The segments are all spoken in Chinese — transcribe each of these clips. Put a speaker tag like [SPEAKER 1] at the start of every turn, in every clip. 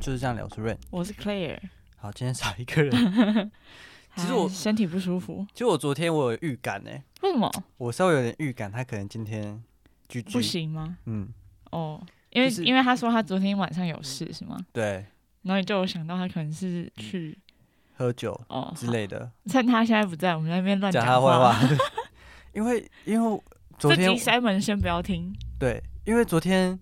[SPEAKER 1] 就这样聊，我是 Rain。
[SPEAKER 2] 我是 Claire。
[SPEAKER 1] 好，今天少一个人。 其实我
[SPEAKER 2] 哎身体不舒服，
[SPEAKER 1] 其实我昨天我有预感呢、
[SPEAKER 2] 为什么
[SPEAKER 1] 我稍微有点预感，他可能今天居居
[SPEAKER 2] 不。行吗？
[SPEAKER 1] 嗯，
[SPEAKER 2] 哦，因为、
[SPEAKER 1] 就是
[SPEAKER 2] 因为他说他昨天晚上有事是吗？
[SPEAKER 1] 对，
[SPEAKER 2] 然后你就有想到他可能是去
[SPEAKER 1] 喝酒
[SPEAKER 2] 哦
[SPEAKER 1] 嗯之类的，
[SPEAKER 2] 好趁他现在不在，我们在那边乱
[SPEAKER 1] 讲他
[SPEAKER 2] 话。
[SPEAKER 1] 坏话。因为因为昨
[SPEAKER 2] 这集
[SPEAKER 1] 天
[SPEAKER 2] Simon 先不要听，
[SPEAKER 1] 对，因为昨天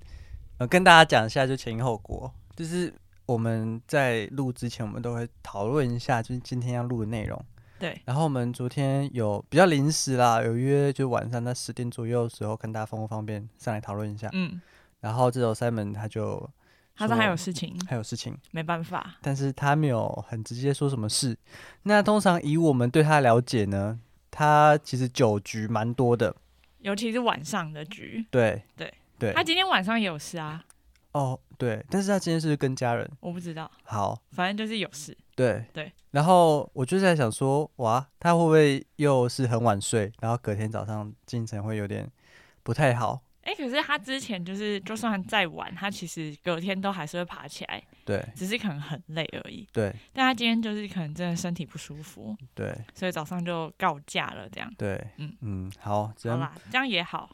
[SPEAKER 1] 呃跟大家讲一下就前因后果，就是我们在录之前我们都会讨论一下，就是今天要录的内容。
[SPEAKER 2] 对，
[SPEAKER 1] 然后我们昨天有比较临时啦，有约就晚上在十点左右的时候，看大家方不方便上来讨论一下。
[SPEAKER 2] 嗯，
[SPEAKER 1] 然后这时候 Simon 他就
[SPEAKER 2] 他说他有事情，
[SPEAKER 1] 还有事情，
[SPEAKER 2] 没办法。
[SPEAKER 1] 但是他没有很直接说什么事。那通常以我们对他的了解呢，他其实酒局蛮多的，
[SPEAKER 2] 尤其是晚上的局，
[SPEAKER 1] 对
[SPEAKER 2] 对
[SPEAKER 1] 对
[SPEAKER 2] 他，今天晚上也有事啊，
[SPEAKER 1] 哦对，但是他今天是跟家人
[SPEAKER 2] 我不知道，
[SPEAKER 1] 好，
[SPEAKER 2] 反正就是有事。
[SPEAKER 1] 对
[SPEAKER 2] 对。
[SPEAKER 1] 然后我就在想说，哇，他会不会又是很晚睡，然后隔天早上精神会有点不太好？
[SPEAKER 2] 哎、可是他之前就是，就算再晚，他其实隔天都还是会爬起来，
[SPEAKER 1] 对
[SPEAKER 2] 只是可能很累而已。
[SPEAKER 1] 对
[SPEAKER 2] 但他今天就是可能真的身体不舒服，
[SPEAKER 1] 对
[SPEAKER 2] 所以早上就告假了，这样。
[SPEAKER 1] 对，嗯
[SPEAKER 2] 嗯
[SPEAKER 1] 嗯，好，这
[SPEAKER 2] 好
[SPEAKER 1] 样
[SPEAKER 2] 啦，这样也好，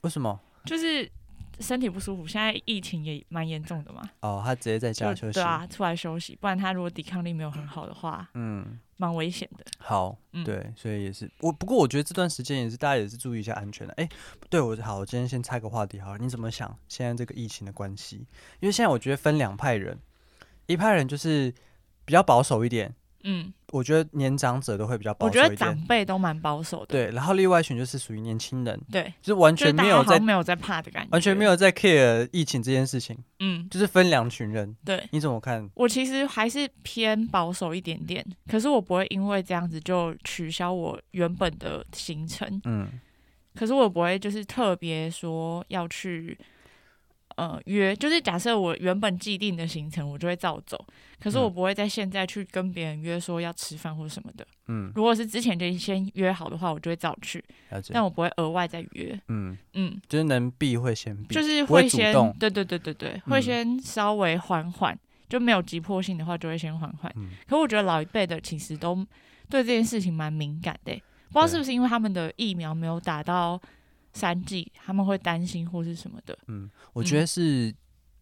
[SPEAKER 1] 为什么？
[SPEAKER 2] 就是身体不舒服，现在疫情也蛮严重的嘛，
[SPEAKER 1] 哦，他直接在家休
[SPEAKER 2] 就
[SPEAKER 1] 息
[SPEAKER 2] 对。啊，出来休息，不然他如果抵抗力没有很好的话，
[SPEAKER 1] 嗯，
[SPEAKER 2] 蛮危险的。
[SPEAKER 1] 好，
[SPEAKER 2] 嗯
[SPEAKER 1] 对，所以也是我，不过我觉得这段时间也是大家也是注意一下安全的。哎、对我好，我今天先插个话题好了，你怎么想现在这个疫情的关系？因为现在我觉得分两派人，一派人就是比较保守一点，
[SPEAKER 2] 嗯，
[SPEAKER 1] 我觉得年长者都会比较保
[SPEAKER 2] 我
[SPEAKER 1] 守
[SPEAKER 2] 觉得
[SPEAKER 1] 一
[SPEAKER 2] 长
[SPEAKER 1] 点。
[SPEAKER 2] 辈都蛮保守的，
[SPEAKER 1] 对，然后另外一群就是属于年轻人，
[SPEAKER 2] 对，
[SPEAKER 1] 就是完
[SPEAKER 2] 就是
[SPEAKER 1] 全
[SPEAKER 2] 大
[SPEAKER 1] 没
[SPEAKER 2] 家
[SPEAKER 1] 有
[SPEAKER 2] 好
[SPEAKER 1] 在
[SPEAKER 2] 像没有在怕的感觉，
[SPEAKER 1] 完全没
[SPEAKER 2] 有。
[SPEAKER 1] 有在 care 疫情这件事情，
[SPEAKER 2] 嗯，
[SPEAKER 1] 就是分两群人。
[SPEAKER 2] 对。
[SPEAKER 1] 你怎么看？
[SPEAKER 2] 我其实还是偏保守一点点，可是我不会因为这样子就取消我原本的行程。
[SPEAKER 1] 嗯，
[SPEAKER 2] 可是我不会就是特别说要去呃约，就是假设我原本既定的行程，我就会照走。可是我
[SPEAKER 1] 嗯
[SPEAKER 2] 不会在现在去跟别人约说要吃饭或什么的。
[SPEAKER 1] 嗯，
[SPEAKER 2] 如果是之前就先约好的话，我就会照去，
[SPEAKER 1] 了解
[SPEAKER 2] 但。我不会额外再约。
[SPEAKER 1] 嗯，
[SPEAKER 2] 嗯，
[SPEAKER 1] 就是能避会先避，
[SPEAKER 2] 就是
[SPEAKER 1] 不会主
[SPEAKER 2] 先
[SPEAKER 1] 动
[SPEAKER 2] 对对对对对，会
[SPEAKER 1] 嗯
[SPEAKER 2] 先稍微缓缓，就没有急迫性的话就会先缓缓。
[SPEAKER 1] 嗯
[SPEAKER 2] 可我觉得老一辈的其实都对这件事情蛮敏感的欸、不知道
[SPEAKER 1] 对
[SPEAKER 2] 是不是因为他们的疫苗没有打到三剂，他们会担心或是什么的。
[SPEAKER 1] 嗯，我觉得是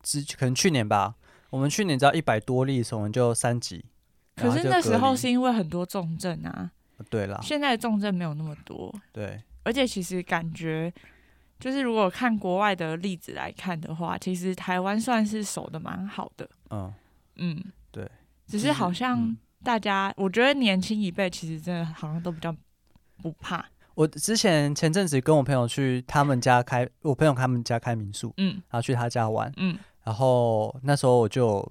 [SPEAKER 1] 之可能去年吧，我们去年只要一百多例的时候，我们就三级。然
[SPEAKER 2] 可
[SPEAKER 1] 后
[SPEAKER 2] 是
[SPEAKER 1] 啊就
[SPEAKER 2] 那
[SPEAKER 1] 隔
[SPEAKER 2] 时候
[SPEAKER 1] 离
[SPEAKER 2] 是因为很多重症啊，
[SPEAKER 1] 对啦，
[SPEAKER 2] 现在的重症没有那么多，
[SPEAKER 1] 对，
[SPEAKER 2] 而且其实感觉就是如果看国外的例子来看的话，其实台湾算是守的蛮好的，
[SPEAKER 1] 嗯，
[SPEAKER 2] 嗯，
[SPEAKER 1] 对，
[SPEAKER 2] 只
[SPEAKER 1] 就是是
[SPEAKER 2] 好像
[SPEAKER 1] 嗯
[SPEAKER 2] 大家，我觉得年轻一辈其实真的好像都比较不怕，
[SPEAKER 1] 我之前前阵子跟我朋友去他们家开，我朋友他们家开民宿，
[SPEAKER 2] 嗯
[SPEAKER 1] 然后去他家玩，
[SPEAKER 2] 嗯，
[SPEAKER 1] 然后那时候我就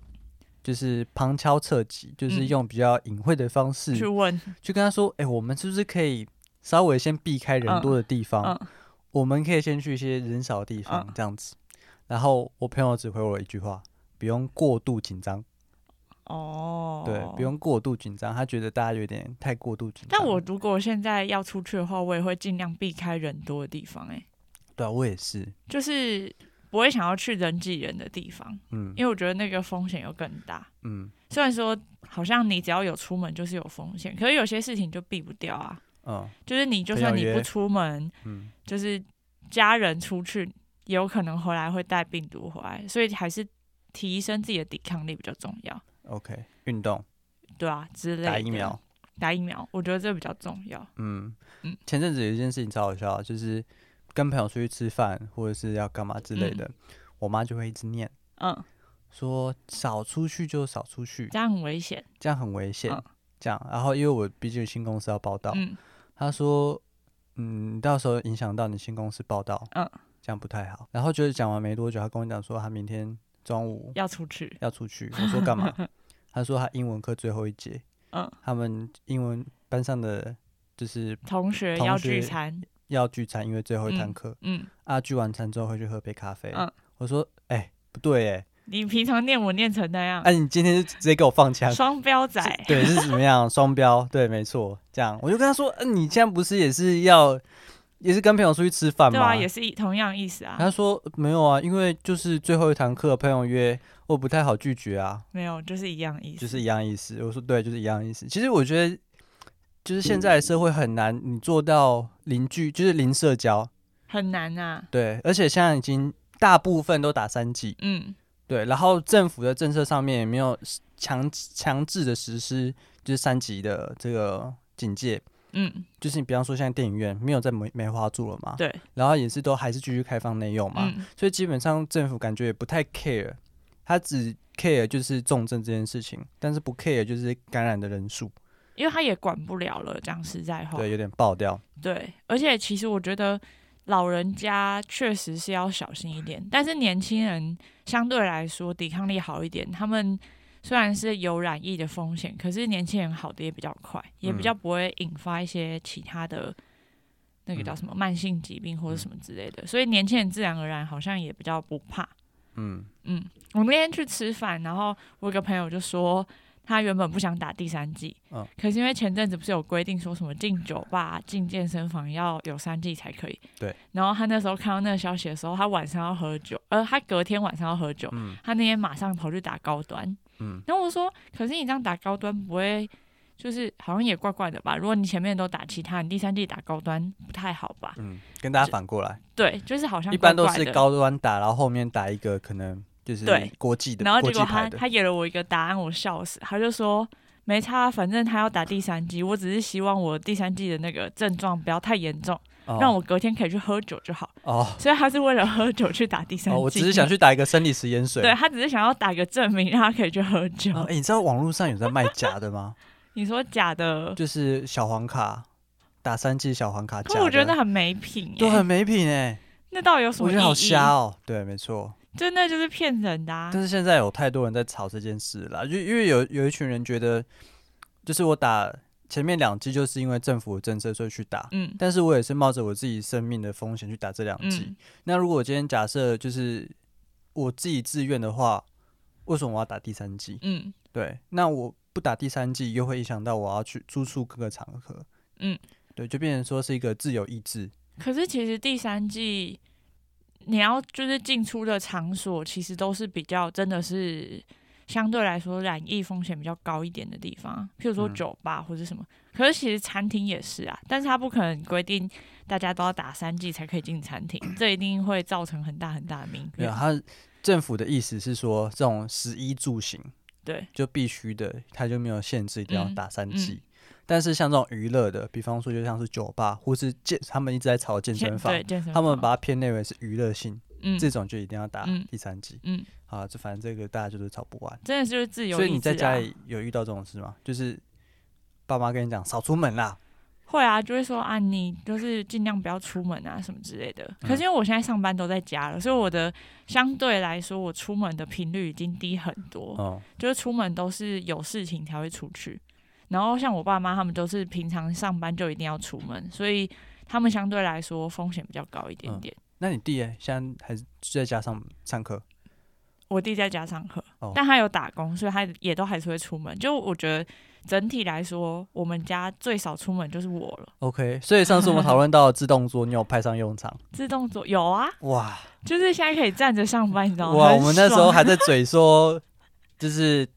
[SPEAKER 1] 就是旁敲侧击，就是
[SPEAKER 2] 嗯
[SPEAKER 1] 用比较隐晦的方式、
[SPEAKER 2] 去问，
[SPEAKER 1] 去跟他说，哎、我们是不是可以稍微先避开人
[SPEAKER 2] 嗯
[SPEAKER 1] 多的地方？
[SPEAKER 2] 嗯，
[SPEAKER 1] 我们可以先去一些人少的地方，
[SPEAKER 2] 嗯
[SPEAKER 1] 这样子。然后我朋友只回我一句话：不用过度紧张。
[SPEAKER 2] 哦，
[SPEAKER 1] 对，不。用过度紧张。他觉得大家有点太过度紧张。
[SPEAKER 2] 但我如果现在要出去的话，我也会尽量避开人多的地方、欸，
[SPEAKER 1] 对啊、我也是，
[SPEAKER 2] 就是不会想要去人挤人的地方，
[SPEAKER 1] 嗯
[SPEAKER 2] 因为我觉得那个风险又更大。
[SPEAKER 1] 嗯
[SPEAKER 2] 虽然说好像你只要有出门就是有风险，可是有些事情就避不掉啊。
[SPEAKER 1] 嗯
[SPEAKER 2] 就是你就
[SPEAKER 1] 朋友
[SPEAKER 2] 算你
[SPEAKER 1] 约
[SPEAKER 2] 不出门，
[SPEAKER 1] 嗯，
[SPEAKER 2] 就是家人出去，也有可能回来会带病毒回来，所以还是提升自己的抵抗力比较重要，
[SPEAKER 1] OK，运动
[SPEAKER 2] 对啊，之类的。
[SPEAKER 1] 打疫苗，，
[SPEAKER 2] 打疫苗，我觉得这比较重要。
[SPEAKER 1] 嗯
[SPEAKER 2] 嗯
[SPEAKER 1] 前阵子有一件事情超好笑的，就是跟朋友出去吃饭或者是要干嘛之类的，我妈就会一直念
[SPEAKER 2] 嗯，
[SPEAKER 1] 说少出去就少出去，
[SPEAKER 2] 这样很危险。
[SPEAKER 1] 这样很危险。
[SPEAKER 2] 嗯
[SPEAKER 1] 这样，然后因为我毕竟有新公司要报道，
[SPEAKER 2] 嗯，
[SPEAKER 1] 他说，嗯，你到时候影响到你新公司报道，
[SPEAKER 2] 嗯，
[SPEAKER 1] 这样不太好。然后就是讲完没多久，他跟我讲说他明天中午
[SPEAKER 2] 要出去。
[SPEAKER 1] 要出去，我说干 嘛？他说他英文课最后一节，
[SPEAKER 2] 嗯，
[SPEAKER 1] 他们英文班上的就是
[SPEAKER 2] 同学
[SPEAKER 1] 同
[SPEAKER 2] 要
[SPEAKER 1] 学
[SPEAKER 2] 聚餐，
[SPEAKER 1] 要聚餐，因为最后一堂
[SPEAKER 2] 嗯
[SPEAKER 1] 课、
[SPEAKER 2] 嗯，
[SPEAKER 1] 啊，聚完餐之后会去喝杯咖啡。
[SPEAKER 2] 嗯
[SPEAKER 1] 我说，哎、不对哎、
[SPEAKER 2] 你平常念我念成那样，
[SPEAKER 1] 哎、你今天就直接给我放枪。
[SPEAKER 2] 双标仔，
[SPEAKER 1] 是对，是怎么样？双标，对，没错，这样我就跟他说，嗯、你现在不是也是要也是跟朋友出去吃饭
[SPEAKER 2] 对
[SPEAKER 1] 嘛。
[SPEAKER 2] 啊，也是一同样意思啊
[SPEAKER 1] 他，说没有啊，因为就是最后一堂课朋友约，我不太好拒绝啊，
[SPEAKER 2] 没有，就是一样意思，
[SPEAKER 1] 就是一样意思。我说对，就是一样意思。其实我觉得，就是现在的社会很难你做到零距，就是零社交。
[SPEAKER 2] 很难啊，
[SPEAKER 1] 对，而且现在已经大部分都打三 G，
[SPEAKER 2] 嗯，
[SPEAKER 1] 对，然后政府的政策上面也没有强强制的实施，就是三级的这个警戒。
[SPEAKER 2] 嗯，
[SPEAKER 1] 就是你比方说，现在电影院没有在梅梅花座了嘛，
[SPEAKER 2] 对，
[SPEAKER 1] 然后也是都还是继续开放内用嘛，
[SPEAKER 2] 嗯，
[SPEAKER 1] 所以基本上政府感觉也不太 care，他只 care 就是重症这件事情，但是不 care 就是感染的人数，
[SPEAKER 2] 因为他也管不了了，讲实在话，
[SPEAKER 1] 对，有点爆掉。
[SPEAKER 2] 对，而且其实我觉得老人家确实是要小心一点，但是年轻人相对来说抵抗力好一点，他们虽然是有染疫的风险，可是年轻人好的也比较快，也比较不会引发一些其他的。那个叫什么慢性疾病或者什么之类的，所以年轻人自然而然好像也比较不怕。
[SPEAKER 1] 嗯，
[SPEAKER 2] 嗯，我们那天去吃饭，然后我有个朋友就说，他原本不想打第三剂，
[SPEAKER 1] 嗯
[SPEAKER 2] 可是因为前阵子不是有规定说什么进酒吧、进健身房要有三剂才可以，
[SPEAKER 1] 对。
[SPEAKER 2] 然后他那时候看到那个消息的时候，他晚上要喝酒，呃，他隔天晚上要喝酒，
[SPEAKER 1] 嗯
[SPEAKER 2] 他那天马上跑去打高端，
[SPEAKER 1] 嗯，
[SPEAKER 2] 然后我说，可是你这样打高端不会，就是好像也怪怪的吧？如果你前面都打其他，你第三剂打高端不太好吧？
[SPEAKER 1] 嗯，跟大家反过来，
[SPEAKER 2] 对，就是好像
[SPEAKER 1] 一般
[SPEAKER 2] 怪
[SPEAKER 1] 都
[SPEAKER 2] 怪
[SPEAKER 1] 是
[SPEAKER 2] 的
[SPEAKER 1] 高端打，然后后面打一个可能就是
[SPEAKER 2] 对
[SPEAKER 1] 国际的，
[SPEAKER 2] 然后
[SPEAKER 1] 国
[SPEAKER 2] 结
[SPEAKER 1] 际
[SPEAKER 2] 果
[SPEAKER 1] 牌
[SPEAKER 2] 他
[SPEAKER 1] 的，
[SPEAKER 2] 他给了我一个答案，我笑死。他就说没差，反正他要打第三剂，我只是希望我第三剂的那个症状不要太严重，
[SPEAKER 1] 哦
[SPEAKER 2] 让我隔天可以去喝酒就好。
[SPEAKER 1] 哦
[SPEAKER 2] 所以他是为了喝酒去打第三剂、
[SPEAKER 1] 哦，我只是想，去打一个生理食盐水。
[SPEAKER 2] 对啊他只是想要打个证明，让他可以去喝酒。
[SPEAKER 1] 哦，哎、你知道网络上有在卖假的吗？
[SPEAKER 2] 你说假 的？
[SPEAKER 1] 就是小黄卡，打三剂小黄卡假
[SPEAKER 2] 可
[SPEAKER 1] 的，
[SPEAKER 2] 我觉得那很没品、
[SPEAKER 1] 都很
[SPEAKER 2] 耶，
[SPEAKER 1] 没品哎、
[SPEAKER 2] 那到底有什
[SPEAKER 1] 我
[SPEAKER 2] 么
[SPEAKER 1] 觉得好
[SPEAKER 2] 意义？
[SPEAKER 1] 瞎哦、对，没错。
[SPEAKER 2] 就那就是骗人的、啊
[SPEAKER 1] 但。是现在有太多人在吵这件事了，就因为有有一群人觉得，就是我打前面两剂就是因为政府的政策所以去打，
[SPEAKER 2] 嗯
[SPEAKER 1] 但是我也是冒着我自己生命的风险去打这两剂。
[SPEAKER 2] 嗯，
[SPEAKER 1] 那如果我今天假设就是我自己自愿的话，为什么我要打第三剂？
[SPEAKER 2] 嗯，
[SPEAKER 1] 对，那我不打第三剂又会影响到我要去住宿各个场合。
[SPEAKER 2] 嗯，
[SPEAKER 1] 对，就变成说是一个自由意志。
[SPEAKER 2] 可是其实第三季你要就是进出的场所，其实都是比较真的是相对来说染疫风险比较高一点的地方，譬如说
[SPEAKER 1] 嗯
[SPEAKER 2] 酒吧或者什么。可是其实餐厅也是啊，但是它不可能规定大家都要打三剂才可以进餐厅，这一定会造成很大很大的民
[SPEAKER 1] 对
[SPEAKER 2] 怨。
[SPEAKER 1] 啊，他政府的意思是说，这种食衣住行
[SPEAKER 2] 对，
[SPEAKER 1] 就必须的，他就没有限制一定要
[SPEAKER 2] 嗯
[SPEAKER 1] 打三
[SPEAKER 2] 嗯
[SPEAKER 1] 剂。但是像这种娱乐的，比方说就像是酒吧或是健，他们一直在吵健身房
[SPEAKER 2] 对，健身
[SPEAKER 1] 他们
[SPEAKER 2] 房
[SPEAKER 1] 把它偏类为是娱乐性，
[SPEAKER 2] 嗯
[SPEAKER 1] 这种就一定要打
[SPEAKER 2] 嗯
[SPEAKER 1] 第三剂。
[SPEAKER 2] 嗯，
[SPEAKER 1] 啊，这反正这个大家就是吵不完。
[SPEAKER 2] 真的就是自由、意
[SPEAKER 1] 所以你在
[SPEAKER 2] 志啊
[SPEAKER 1] 家里有遇到这种事吗？就是爸妈跟你讲少出门啦，
[SPEAKER 2] 会啊，就会说啊，你就是尽量不要出门啊，什么之类的。
[SPEAKER 1] 嗯
[SPEAKER 2] 可是因为我现在上班都在家了，所以我的相对来说，我出门的频率已经低很多，
[SPEAKER 1] 哦，
[SPEAKER 2] 就是出门都是有事情才会出去。然后像我爸妈他们都是平常上班就一定要出门，所以他们相对来说风险比较高一点点。
[SPEAKER 1] 那你弟耶现在还是在家上上课？
[SPEAKER 2] 我弟在家上课，
[SPEAKER 1] 哦
[SPEAKER 2] 但他有打工，所以他也都还是会出门。就我觉得整体来说，我们家最少出门就是我了。
[SPEAKER 1] OK，所以上次我们讨论到的自动桌，你有派上用 场
[SPEAKER 2] 自动做有啊，
[SPEAKER 1] 哇
[SPEAKER 2] 就是现在可以站着上班，你知道吗？
[SPEAKER 1] 哇！
[SPEAKER 2] 很
[SPEAKER 1] 我们那时候
[SPEAKER 2] 爽
[SPEAKER 1] 还在嘴说，就是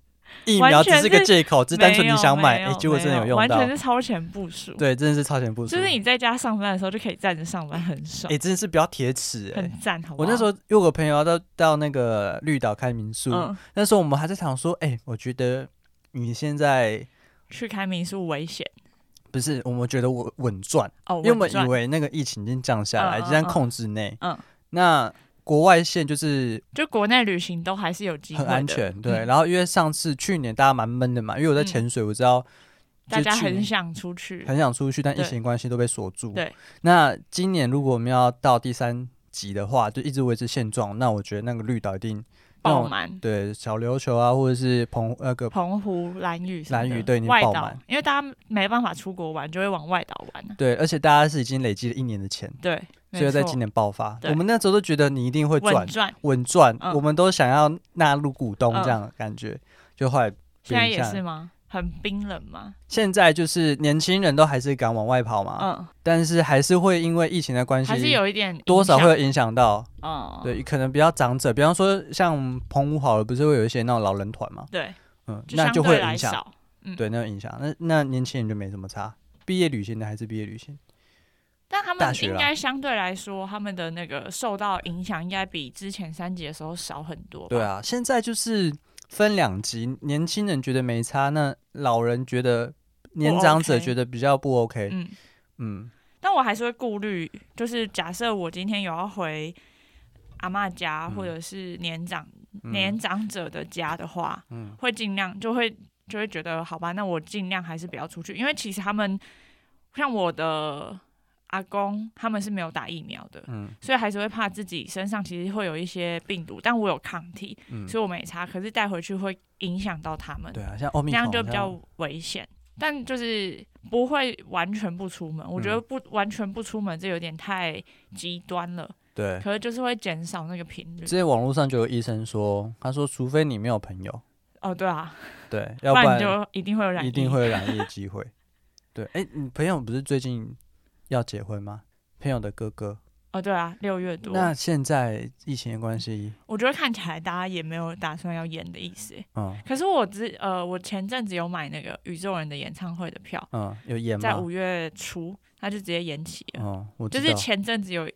[SPEAKER 1] 疫
[SPEAKER 2] 完
[SPEAKER 1] 苗只
[SPEAKER 2] 全
[SPEAKER 1] 是个
[SPEAKER 2] 是
[SPEAKER 1] 借口，只是单纯
[SPEAKER 2] 没
[SPEAKER 1] 你
[SPEAKER 2] 有
[SPEAKER 1] 想买，
[SPEAKER 2] 没
[SPEAKER 1] 哎、
[SPEAKER 2] 有
[SPEAKER 1] 结果真的有
[SPEAKER 2] 没
[SPEAKER 1] 用
[SPEAKER 2] 完
[SPEAKER 1] 到
[SPEAKER 2] 全，是超前部署。，
[SPEAKER 1] 对，真的是超前部署，
[SPEAKER 2] 就是你在家上班的时候就可以站着上班，很爽
[SPEAKER 1] 哎、，真的是比较铁齿哎。
[SPEAKER 2] 很赞，好不
[SPEAKER 1] 我
[SPEAKER 2] 好？
[SPEAKER 1] 那时候有个朋友要到到那个绿岛开民宿，
[SPEAKER 2] 嗯，
[SPEAKER 1] 那时候我们还在想说，哎、我觉得你现在
[SPEAKER 2] 去开民宿危险
[SPEAKER 1] 不是，我们觉得我稳赚，
[SPEAKER 2] 哦，
[SPEAKER 1] 因为我们
[SPEAKER 2] 稳赚
[SPEAKER 1] 以为那个疫情已经降下来，
[SPEAKER 2] 嗯
[SPEAKER 1] 已经
[SPEAKER 2] 嗯
[SPEAKER 1] 在
[SPEAKER 2] 嗯
[SPEAKER 1] 控制内。
[SPEAKER 2] 嗯，
[SPEAKER 1] 那国外线就是
[SPEAKER 2] 就国内旅行都还是有机会
[SPEAKER 1] 很
[SPEAKER 2] 的
[SPEAKER 1] 安全，对。
[SPEAKER 2] 嗯
[SPEAKER 1] 然后因为上次去年大家蛮闷的嘛，因为我在
[SPEAKER 2] 嗯
[SPEAKER 1] 潜水，我知道就
[SPEAKER 2] 大家
[SPEAKER 1] 去
[SPEAKER 2] 很
[SPEAKER 1] 年
[SPEAKER 2] 想出去，
[SPEAKER 1] 很想出去，但疫
[SPEAKER 2] 对
[SPEAKER 1] 情关系都被锁住。
[SPEAKER 2] 对。
[SPEAKER 1] 那今年如果我们要到第三级的话，就一直维持现状，那我觉得那个绿岛一定那
[SPEAKER 2] 爆
[SPEAKER 1] 种
[SPEAKER 2] 满。嗯
[SPEAKER 1] 对小琉球啊，或者是澎那个
[SPEAKER 2] 澎湖、蓝屿什么的、
[SPEAKER 1] 兰屿对已经
[SPEAKER 2] 外
[SPEAKER 1] 爆
[SPEAKER 2] 岛
[SPEAKER 1] 满，
[SPEAKER 2] 因为大家没办法出国玩，就会往外岛玩、啊。
[SPEAKER 1] 对，而且大家是已经累积了一年的钱，
[SPEAKER 2] 对，
[SPEAKER 1] 所以在今
[SPEAKER 2] 年
[SPEAKER 1] 年爆发。
[SPEAKER 2] 对
[SPEAKER 1] 我们那时候都觉得你一定会赚
[SPEAKER 2] 稳，赚，
[SPEAKER 1] 稳赚，
[SPEAKER 2] 嗯
[SPEAKER 1] 我们都想要纳入股东
[SPEAKER 2] 嗯
[SPEAKER 1] 这样的感觉，就后来
[SPEAKER 2] 现在
[SPEAKER 1] 变
[SPEAKER 2] 也
[SPEAKER 1] 相
[SPEAKER 2] 是吗？很冰冷嘛。
[SPEAKER 1] 现在就是年轻人都还是敢往外跑嘛，
[SPEAKER 2] 嗯，
[SPEAKER 1] 但是还是会因为疫情的关系，
[SPEAKER 2] 还是有一点
[SPEAKER 1] 啊多少会
[SPEAKER 2] 影
[SPEAKER 1] 有影响到。
[SPEAKER 2] 响嗯，
[SPEAKER 1] 对，可能比较长者，比方说像澎湖好了，不是会有一些那种老人团嘛，
[SPEAKER 2] 对，
[SPEAKER 1] 嗯，
[SPEAKER 2] 就
[SPEAKER 1] 那
[SPEAKER 2] 相
[SPEAKER 1] 就会
[SPEAKER 2] 对
[SPEAKER 1] 有
[SPEAKER 2] 来
[SPEAKER 1] 影响。
[SPEAKER 2] 少。嗯
[SPEAKER 1] 对，那有影响。那那年轻人就没什么差。毕业旅行的还是毕业旅行，
[SPEAKER 2] 但他
[SPEAKER 1] 大
[SPEAKER 2] 们
[SPEAKER 1] 学啊
[SPEAKER 2] 应
[SPEAKER 1] 啦
[SPEAKER 2] 该相对来说，他们的那个受到影响应该比之前三级的时候少很多吧。
[SPEAKER 1] 对啊。现在就是分两级，年轻人觉得没差，那老人觉得年长者
[SPEAKER 2] OK
[SPEAKER 1] 觉得比较不 OK，
[SPEAKER 2] 嗯，
[SPEAKER 1] 嗯，
[SPEAKER 2] 但我还是会顾虑，就是假设我今天有要回阿嬷家，
[SPEAKER 1] 嗯
[SPEAKER 2] 或者是年长、
[SPEAKER 1] 嗯
[SPEAKER 2] 年长者的家的话，
[SPEAKER 1] 嗯
[SPEAKER 2] 会尽量就会就会觉得好吧，那我尽量还是不要出去，因为其实他们像我的阿公，他们是没有打疫苗的，
[SPEAKER 1] 嗯
[SPEAKER 2] 所以还是会怕自己身上其实会有一些病毒，但我有抗体，
[SPEAKER 1] 嗯，
[SPEAKER 2] 所以我没差，可是带回去会影响到他们，
[SPEAKER 1] 对啊，像欧米
[SPEAKER 2] 那样就比较危险。但就是不会完全不出门，我
[SPEAKER 1] 嗯
[SPEAKER 2] 觉得不完全不出门这有点太极端了。
[SPEAKER 1] 对。
[SPEAKER 2] 可是就是会减少那个频率
[SPEAKER 1] 之。前网络上就有医生说，他说除非你没有朋友，
[SPEAKER 2] 哦，对啊，
[SPEAKER 1] 对，
[SPEAKER 2] 不
[SPEAKER 1] 要
[SPEAKER 2] 然你就一定会有染疫。
[SPEAKER 1] 一定会有染疫的机会。对，哎、你朋友不是最近要结婚吗？朋友的哥哥，
[SPEAKER 2] 哦，对啊，六月多。
[SPEAKER 1] 那现在疫情的关系，
[SPEAKER 2] 我觉得看起来大家也没有打算要演的意思耶。
[SPEAKER 1] 嗯
[SPEAKER 2] 可是我之呃，我前阵子有买那个宇宙人的演唱会的票，
[SPEAKER 1] 嗯，有演
[SPEAKER 2] 在
[SPEAKER 1] 吗
[SPEAKER 2] 五？月初，他就直接延期了。
[SPEAKER 1] 嗯，我
[SPEAKER 2] 就
[SPEAKER 1] 知
[SPEAKER 2] 是
[SPEAKER 1] 道，
[SPEAKER 2] 前阵子有，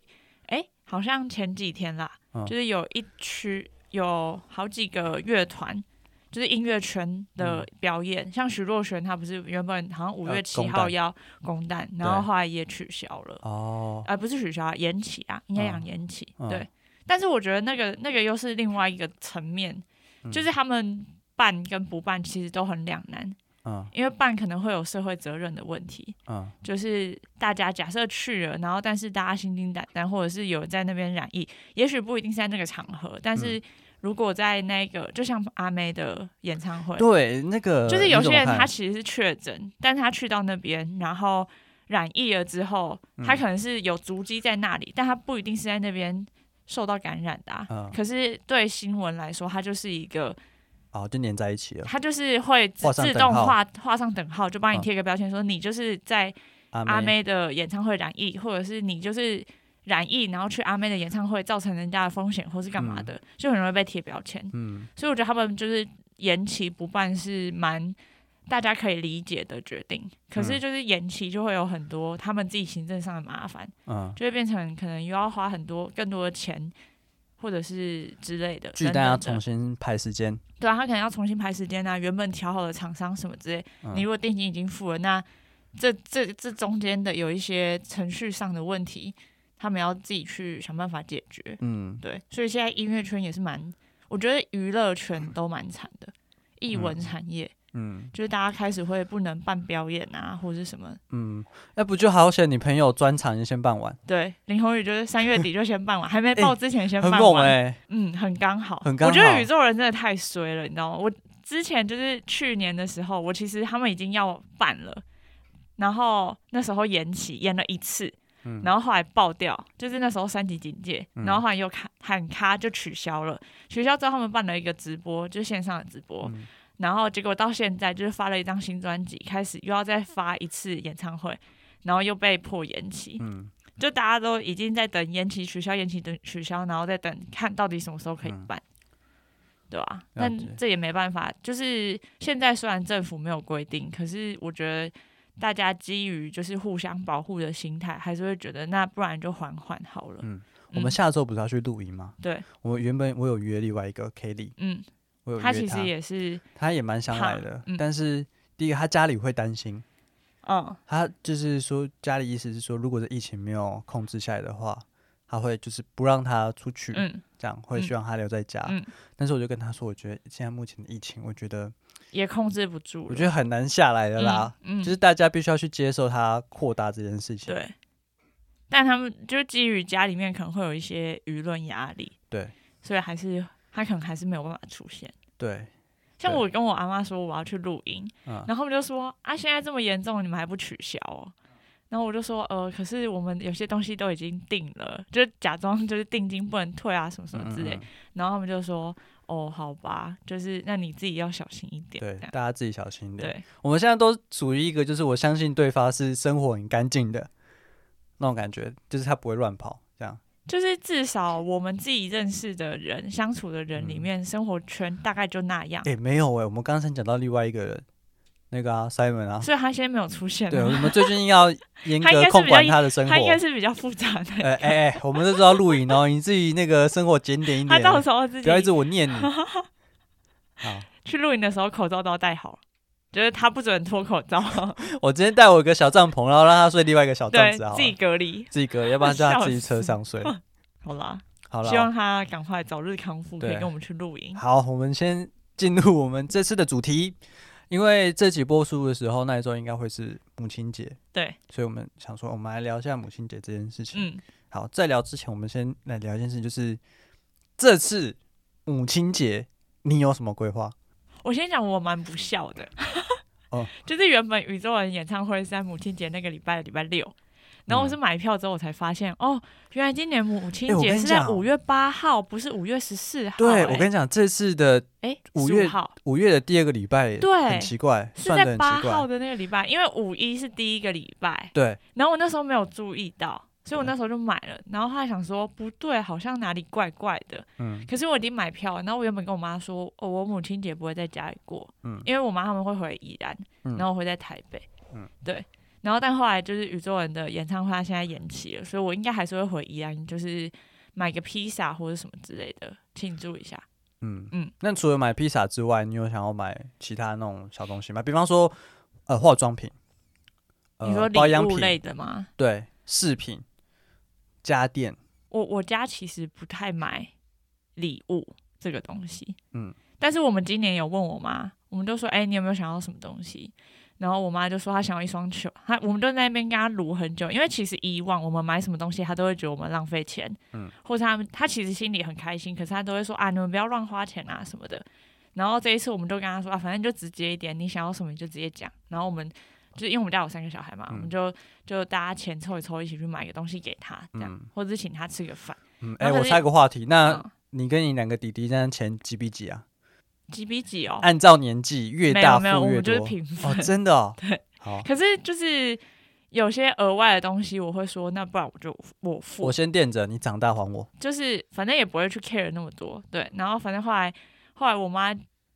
[SPEAKER 2] 哎、好像前几天啦，
[SPEAKER 1] 嗯
[SPEAKER 2] 就是有一区有好几个乐团，就是音乐圈
[SPEAKER 1] 嗯
[SPEAKER 2] 的表演，像徐若瑄，她不是原本好像五
[SPEAKER 1] 呃
[SPEAKER 2] 月七
[SPEAKER 1] 公
[SPEAKER 2] 号
[SPEAKER 1] 蛋
[SPEAKER 2] 要公蛋，然后后来也取消了，
[SPEAKER 1] 哦，
[SPEAKER 2] 呃，不是取消啊，延期啊，应该讲
[SPEAKER 1] 嗯
[SPEAKER 2] 延期，
[SPEAKER 1] 嗯
[SPEAKER 2] 对。但是我觉得那个那个又是另外一个层面，
[SPEAKER 1] 嗯
[SPEAKER 2] 就是他们办跟不办其实都很两难，
[SPEAKER 1] 嗯
[SPEAKER 2] 因为办可能会有社会责任的问题，
[SPEAKER 1] 嗯
[SPEAKER 2] 就是大家假设去了，然后但是大家心惊胆战，或者是有人在那边染疫，也许不一定是在那个场合，
[SPEAKER 1] 嗯
[SPEAKER 2] 但是如果在那个，就像阿妹的演唱会，
[SPEAKER 1] 对，那个
[SPEAKER 2] 就是有
[SPEAKER 1] 你怎
[SPEAKER 2] 些
[SPEAKER 1] 么
[SPEAKER 2] 人
[SPEAKER 1] 看
[SPEAKER 2] 他其实是确诊，但是他去到那边，然后染疫了之后，
[SPEAKER 1] 嗯
[SPEAKER 2] 他可能是有足迹在那里，但他不一定是在那边受到感染的啊、
[SPEAKER 1] 嗯
[SPEAKER 2] 可是对新闻来说，它就是一个，
[SPEAKER 1] 哦，就粘在一起了。
[SPEAKER 2] 它就是会自
[SPEAKER 1] 画上
[SPEAKER 2] 自
[SPEAKER 1] 等
[SPEAKER 2] 动
[SPEAKER 1] 号
[SPEAKER 2] 画画上等号，就帮你
[SPEAKER 1] 嗯
[SPEAKER 2] 贴个标签，说你就是在
[SPEAKER 1] 阿
[SPEAKER 2] 阿妹的演唱会染疫，或者是你就是染疫，然后去阿妹的演唱会造成人家的风险，或是干嘛的，就很容易被贴标签。
[SPEAKER 1] 嗯，
[SPEAKER 2] 所以我觉得他们就是延期不办是蛮大家可以理解的决定，可
[SPEAKER 1] 嗯
[SPEAKER 2] 是就是延期就会有很多他们自己行政上的麻烦，
[SPEAKER 1] 嗯，
[SPEAKER 2] 就会变成可能又要花很多更多的钱。或者是之类的，
[SPEAKER 1] 巨
[SPEAKER 2] 等
[SPEAKER 1] 蛋要
[SPEAKER 2] 等的
[SPEAKER 1] 重新排时间，
[SPEAKER 2] 对啊，他可能要重新排时间啊，原本调好的厂商什么之类，
[SPEAKER 1] 嗯
[SPEAKER 2] 你如果定金已经付了，那这这这中间的有一些程序上的问题，他们要自己去想办法解决。
[SPEAKER 1] 嗯，
[SPEAKER 2] 对，所以现在音乐圈也是蛮，我觉得娱乐圈都蛮惨的，艺文产业、
[SPEAKER 1] 嗯
[SPEAKER 2] 就是大家开始会不能办表演啊，或者是什么。
[SPEAKER 1] 嗯，那不就好险？你朋友专场就先办完，
[SPEAKER 2] 对，林宏宇就是三月底就先办完，还没报之前先
[SPEAKER 1] 很
[SPEAKER 2] 办
[SPEAKER 1] 猛
[SPEAKER 2] 完，
[SPEAKER 1] 哎、
[SPEAKER 2] 嗯，很刚好，
[SPEAKER 1] 很刚
[SPEAKER 2] 我觉得
[SPEAKER 1] 好
[SPEAKER 2] 宇宙人真的太衰了，你知道吗？我之前就是去年的时候，我其实他们已经要办了，然后那时候延期延了一次，
[SPEAKER 1] 嗯
[SPEAKER 2] 然后后来爆掉，就是那时候三级警戒，然后后来又卡喊卡就取消了，取消之后他们办了一个直播，就是线上的直播。
[SPEAKER 1] 嗯
[SPEAKER 2] 然后结果到现在就是发了一张新专辑，开始又要再发一次演唱会，然后又被迫延期。
[SPEAKER 1] 嗯
[SPEAKER 2] 就大家都已经在等延期取消、延期等取消，然后再等看到底什么时候可以办，对吧、
[SPEAKER 1] 了
[SPEAKER 2] 但
[SPEAKER 1] 解
[SPEAKER 2] 这也没办法，就是现在虽然政府没有规定，可是我觉得大家基于就是互相保护的心态，还是会觉得那不然就缓缓好了。
[SPEAKER 1] 嗯，我们下周不是要去露营吗？
[SPEAKER 2] 对，
[SPEAKER 1] 我原本我有约另外一个 Kelly，
[SPEAKER 2] 嗯，
[SPEAKER 1] 我有约
[SPEAKER 2] 他其实也是，
[SPEAKER 1] 他也蛮想来
[SPEAKER 2] 怕
[SPEAKER 1] 的，
[SPEAKER 2] 嗯
[SPEAKER 1] 但是第一个他家里会担心，
[SPEAKER 2] 嗯，
[SPEAKER 1] 他就是说家里意思是说，如果这疫情没有控制下来的话，他会就是不让他出去，
[SPEAKER 2] 嗯，
[SPEAKER 1] 这样会
[SPEAKER 2] 嗯
[SPEAKER 1] 希望他留在家。
[SPEAKER 2] 嗯
[SPEAKER 1] 但是我就跟他说，我觉得现在目前的疫情，我觉得
[SPEAKER 2] 也控制不住了，
[SPEAKER 1] 我觉得很难下来的啦，
[SPEAKER 2] 嗯，嗯，
[SPEAKER 1] 就是大家必须要去接受它扩大这件事情。
[SPEAKER 2] 对，但他们就是基于家里面可能会有一些舆论压力，
[SPEAKER 1] 对
[SPEAKER 2] 所以还是他可能还是没有办法出现。
[SPEAKER 1] 对，
[SPEAKER 2] 像
[SPEAKER 1] 对
[SPEAKER 2] 我跟我阿妈说我要去露营，
[SPEAKER 1] 嗯
[SPEAKER 2] 然后他们就说啊，现在这么严重，你们还不取消哦？然后我就说呃，可是我们有些东西都已经定了，就假装就是定金不能退啊，什么什么之类。
[SPEAKER 1] 嗯嗯嗯
[SPEAKER 2] 然后他们就说哦，好吧，就是那你自己要小心一点。
[SPEAKER 1] 对，
[SPEAKER 2] 这样
[SPEAKER 1] 大家自己小心一点。
[SPEAKER 2] 对，
[SPEAKER 1] 我们现在都属于一个，就是我相信对方是生活很干净的那种感觉，就是他不会乱跑这样。
[SPEAKER 2] 就是至少我们自己认识的人、相处的人里
[SPEAKER 1] 嗯
[SPEAKER 2] 面，生活圈大概就那样，
[SPEAKER 1] 诶，哎没有诶，我们刚才讲到另外一个人，那个啊，Simon 啊，
[SPEAKER 2] 所以他现在没有出现
[SPEAKER 1] 对，我
[SPEAKER 2] 嘛。
[SPEAKER 1] 们最近要严
[SPEAKER 2] 他应
[SPEAKER 1] 格
[SPEAKER 2] 该是
[SPEAKER 1] 控
[SPEAKER 2] 比较
[SPEAKER 1] 管
[SPEAKER 2] 一
[SPEAKER 1] 他的生活
[SPEAKER 2] 他。应该是比较复杂的，
[SPEAKER 1] 呃，哎哎，我们这是要录影哦，你自己那个生活检点一
[SPEAKER 2] 他
[SPEAKER 1] 点，
[SPEAKER 2] 到时候自
[SPEAKER 1] 不要一直
[SPEAKER 2] 己
[SPEAKER 1] 我念 你。好，
[SPEAKER 2] 去露营的时候口罩都要戴好，就是他不准脱口罩，
[SPEAKER 1] 我今天带我一个小帐篷，然后让他睡另外一个小帐
[SPEAKER 2] 对
[SPEAKER 1] 哦子好了，
[SPEAKER 2] 自己隔离。
[SPEAKER 1] 自己隔，要不然叫他
[SPEAKER 2] 笑
[SPEAKER 1] 自己车
[SPEAKER 2] 死
[SPEAKER 1] 上睡。
[SPEAKER 2] 好啦，
[SPEAKER 1] 好
[SPEAKER 2] 希望
[SPEAKER 1] 了，
[SPEAKER 2] 他赶快早日康复，可以
[SPEAKER 1] 对
[SPEAKER 2] 跟我们去露营。
[SPEAKER 1] 好，我们先进入我们这次的主题，因为这集播出的时候，那一周应该会是母亲节，
[SPEAKER 2] 对，
[SPEAKER 1] 所以我们想说，我们来聊一下母亲节这件事情。
[SPEAKER 2] 嗯，
[SPEAKER 1] 好，在聊之前，我们先来聊一件事情，就是这次母亲节你有什么规划？
[SPEAKER 2] 我先讲，我蛮不孝的。
[SPEAKER 1] 哦
[SPEAKER 2] 就是原本宇宙人演唱会是在母亲节那个礼拜的礼拜六，然后我是买票之后我才发现，哦，原来今年母亲
[SPEAKER 1] 哎嗯我跟
[SPEAKER 2] 节
[SPEAKER 1] 你
[SPEAKER 2] 是在
[SPEAKER 1] 讲
[SPEAKER 2] 五月八号，不是五月十四号、
[SPEAKER 1] 对
[SPEAKER 2] 哎
[SPEAKER 1] 我跟你讲，这次的
[SPEAKER 2] 哎
[SPEAKER 1] 五
[SPEAKER 2] 15
[SPEAKER 1] 月
[SPEAKER 2] 号
[SPEAKER 1] 五月的第二个礼拜，
[SPEAKER 2] 对
[SPEAKER 1] 很奇怪，
[SPEAKER 2] 是
[SPEAKER 1] 算的
[SPEAKER 2] 在
[SPEAKER 1] 很
[SPEAKER 2] 八
[SPEAKER 1] 奇
[SPEAKER 2] 号
[SPEAKER 1] 怪，
[SPEAKER 2] 的那个礼拜，因为五一是第一个礼拜，
[SPEAKER 1] 对，
[SPEAKER 2] 然后我那时候没有注意到。所以
[SPEAKER 1] 嗯
[SPEAKER 2] 我那时候就买了，然后后来想说不对，好像哪里怪怪的。
[SPEAKER 1] 嗯
[SPEAKER 2] 可是我已经买票了，然后我原本跟我妈说，哦，我母亲节不会在家里过，
[SPEAKER 1] 嗯
[SPEAKER 2] 因为我妈他们会回宜兰，
[SPEAKER 1] 嗯
[SPEAKER 2] 然后我会在台北，
[SPEAKER 1] 嗯
[SPEAKER 2] 对。然后但后来就是宇宙人的演唱会，他现在延期了，所以我应该还是会回宜兰，就是买个披萨或者什么之类的庆祝一下。
[SPEAKER 1] 嗯嗯
[SPEAKER 2] 嗯。
[SPEAKER 1] 那除了买披萨之外，你有想要买其他那种小东西吗？比方说，呃，化妆品，
[SPEAKER 2] 你说
[SPEAKER 1] 呃，保
[SPEAKER 2] 礼
[SPEAKER 1] 养
[SPEAKER 2] 物类
[SPEAKER 1] 品，
[SPEAKER 2] 的吗？
[SPEAKER 1] 对，饰品、家电，
[SPEAKER 2] 我我家其实不太买礼物这个东西，
[SPEAKER 1] 嗯
[SPEAKER 2] 嗯，但是我们今年有问我妈，我们就说，哎、你有没有想要什么东西？然后我妈就说她想要一双球，她我们就在那边跟她撸很久，因为其实以往我们买什么东西，她都会觉得我们浪费钱，
[SPEAKER 1] 嗯
[SPEAKER 2] 嗯，或者他们她其实心里很开心，可是她都会说啊，你们不要乱花钱啊什么的。然后这一次我们就跟她说啊，反正就直接一点，你想要什么你就直接讲。然后我们就是因为我们家有三个小孩嘛，
[SPEAKER 1] 嗯
[SPEAKER 2] 我们就就大家钱凑一凑，一起去买个东西给她，这
[SPEAKER 1] 嗯
[SPEAKER 2] 样，
[SPEAKER 1] 呃
[SPEAKER 2] 或者是请她吃个饭。
[SPEAKER 1] 嗯，哎、
[SPEAKER 2] 然后
[SPEAKER 1] 我
[SPEAKER 2] 它是
[SPEAKER 1] 插个话题，那
[SPEAKER 2] 嗯
[SPEAKER 1] 你跟你两个弟弟这样钱几比几啊？
[SPEAKER 2] 几比几哦？
[SPEAKER 1] 按照年纪越
[SPEAKER 2] 没
[SPEAKER 1] 大
[SPEAKER 2] 有
[SPEAKER 1] 付
[SPEAKER 2] 没有，我
[SPEAKER 1] 越
[SPEAKER 2] 们
[SPEAKER 1] 多
[SPEAKER 2] 就是平分。
[SPEAKER 1] 哦，真的哦，
[SPEAKER 2] 对，
[SPEAKER 1] 好，
[SPEAKER 2] 可是就是有些额外的东西，我会说，那不然我就我付，
[SPEAKER 1] 我先垫着，你长大还我，嗯
[SPEAKER 2] 就是反正也不会去 care 那么多。对，然后反正后来后来我妈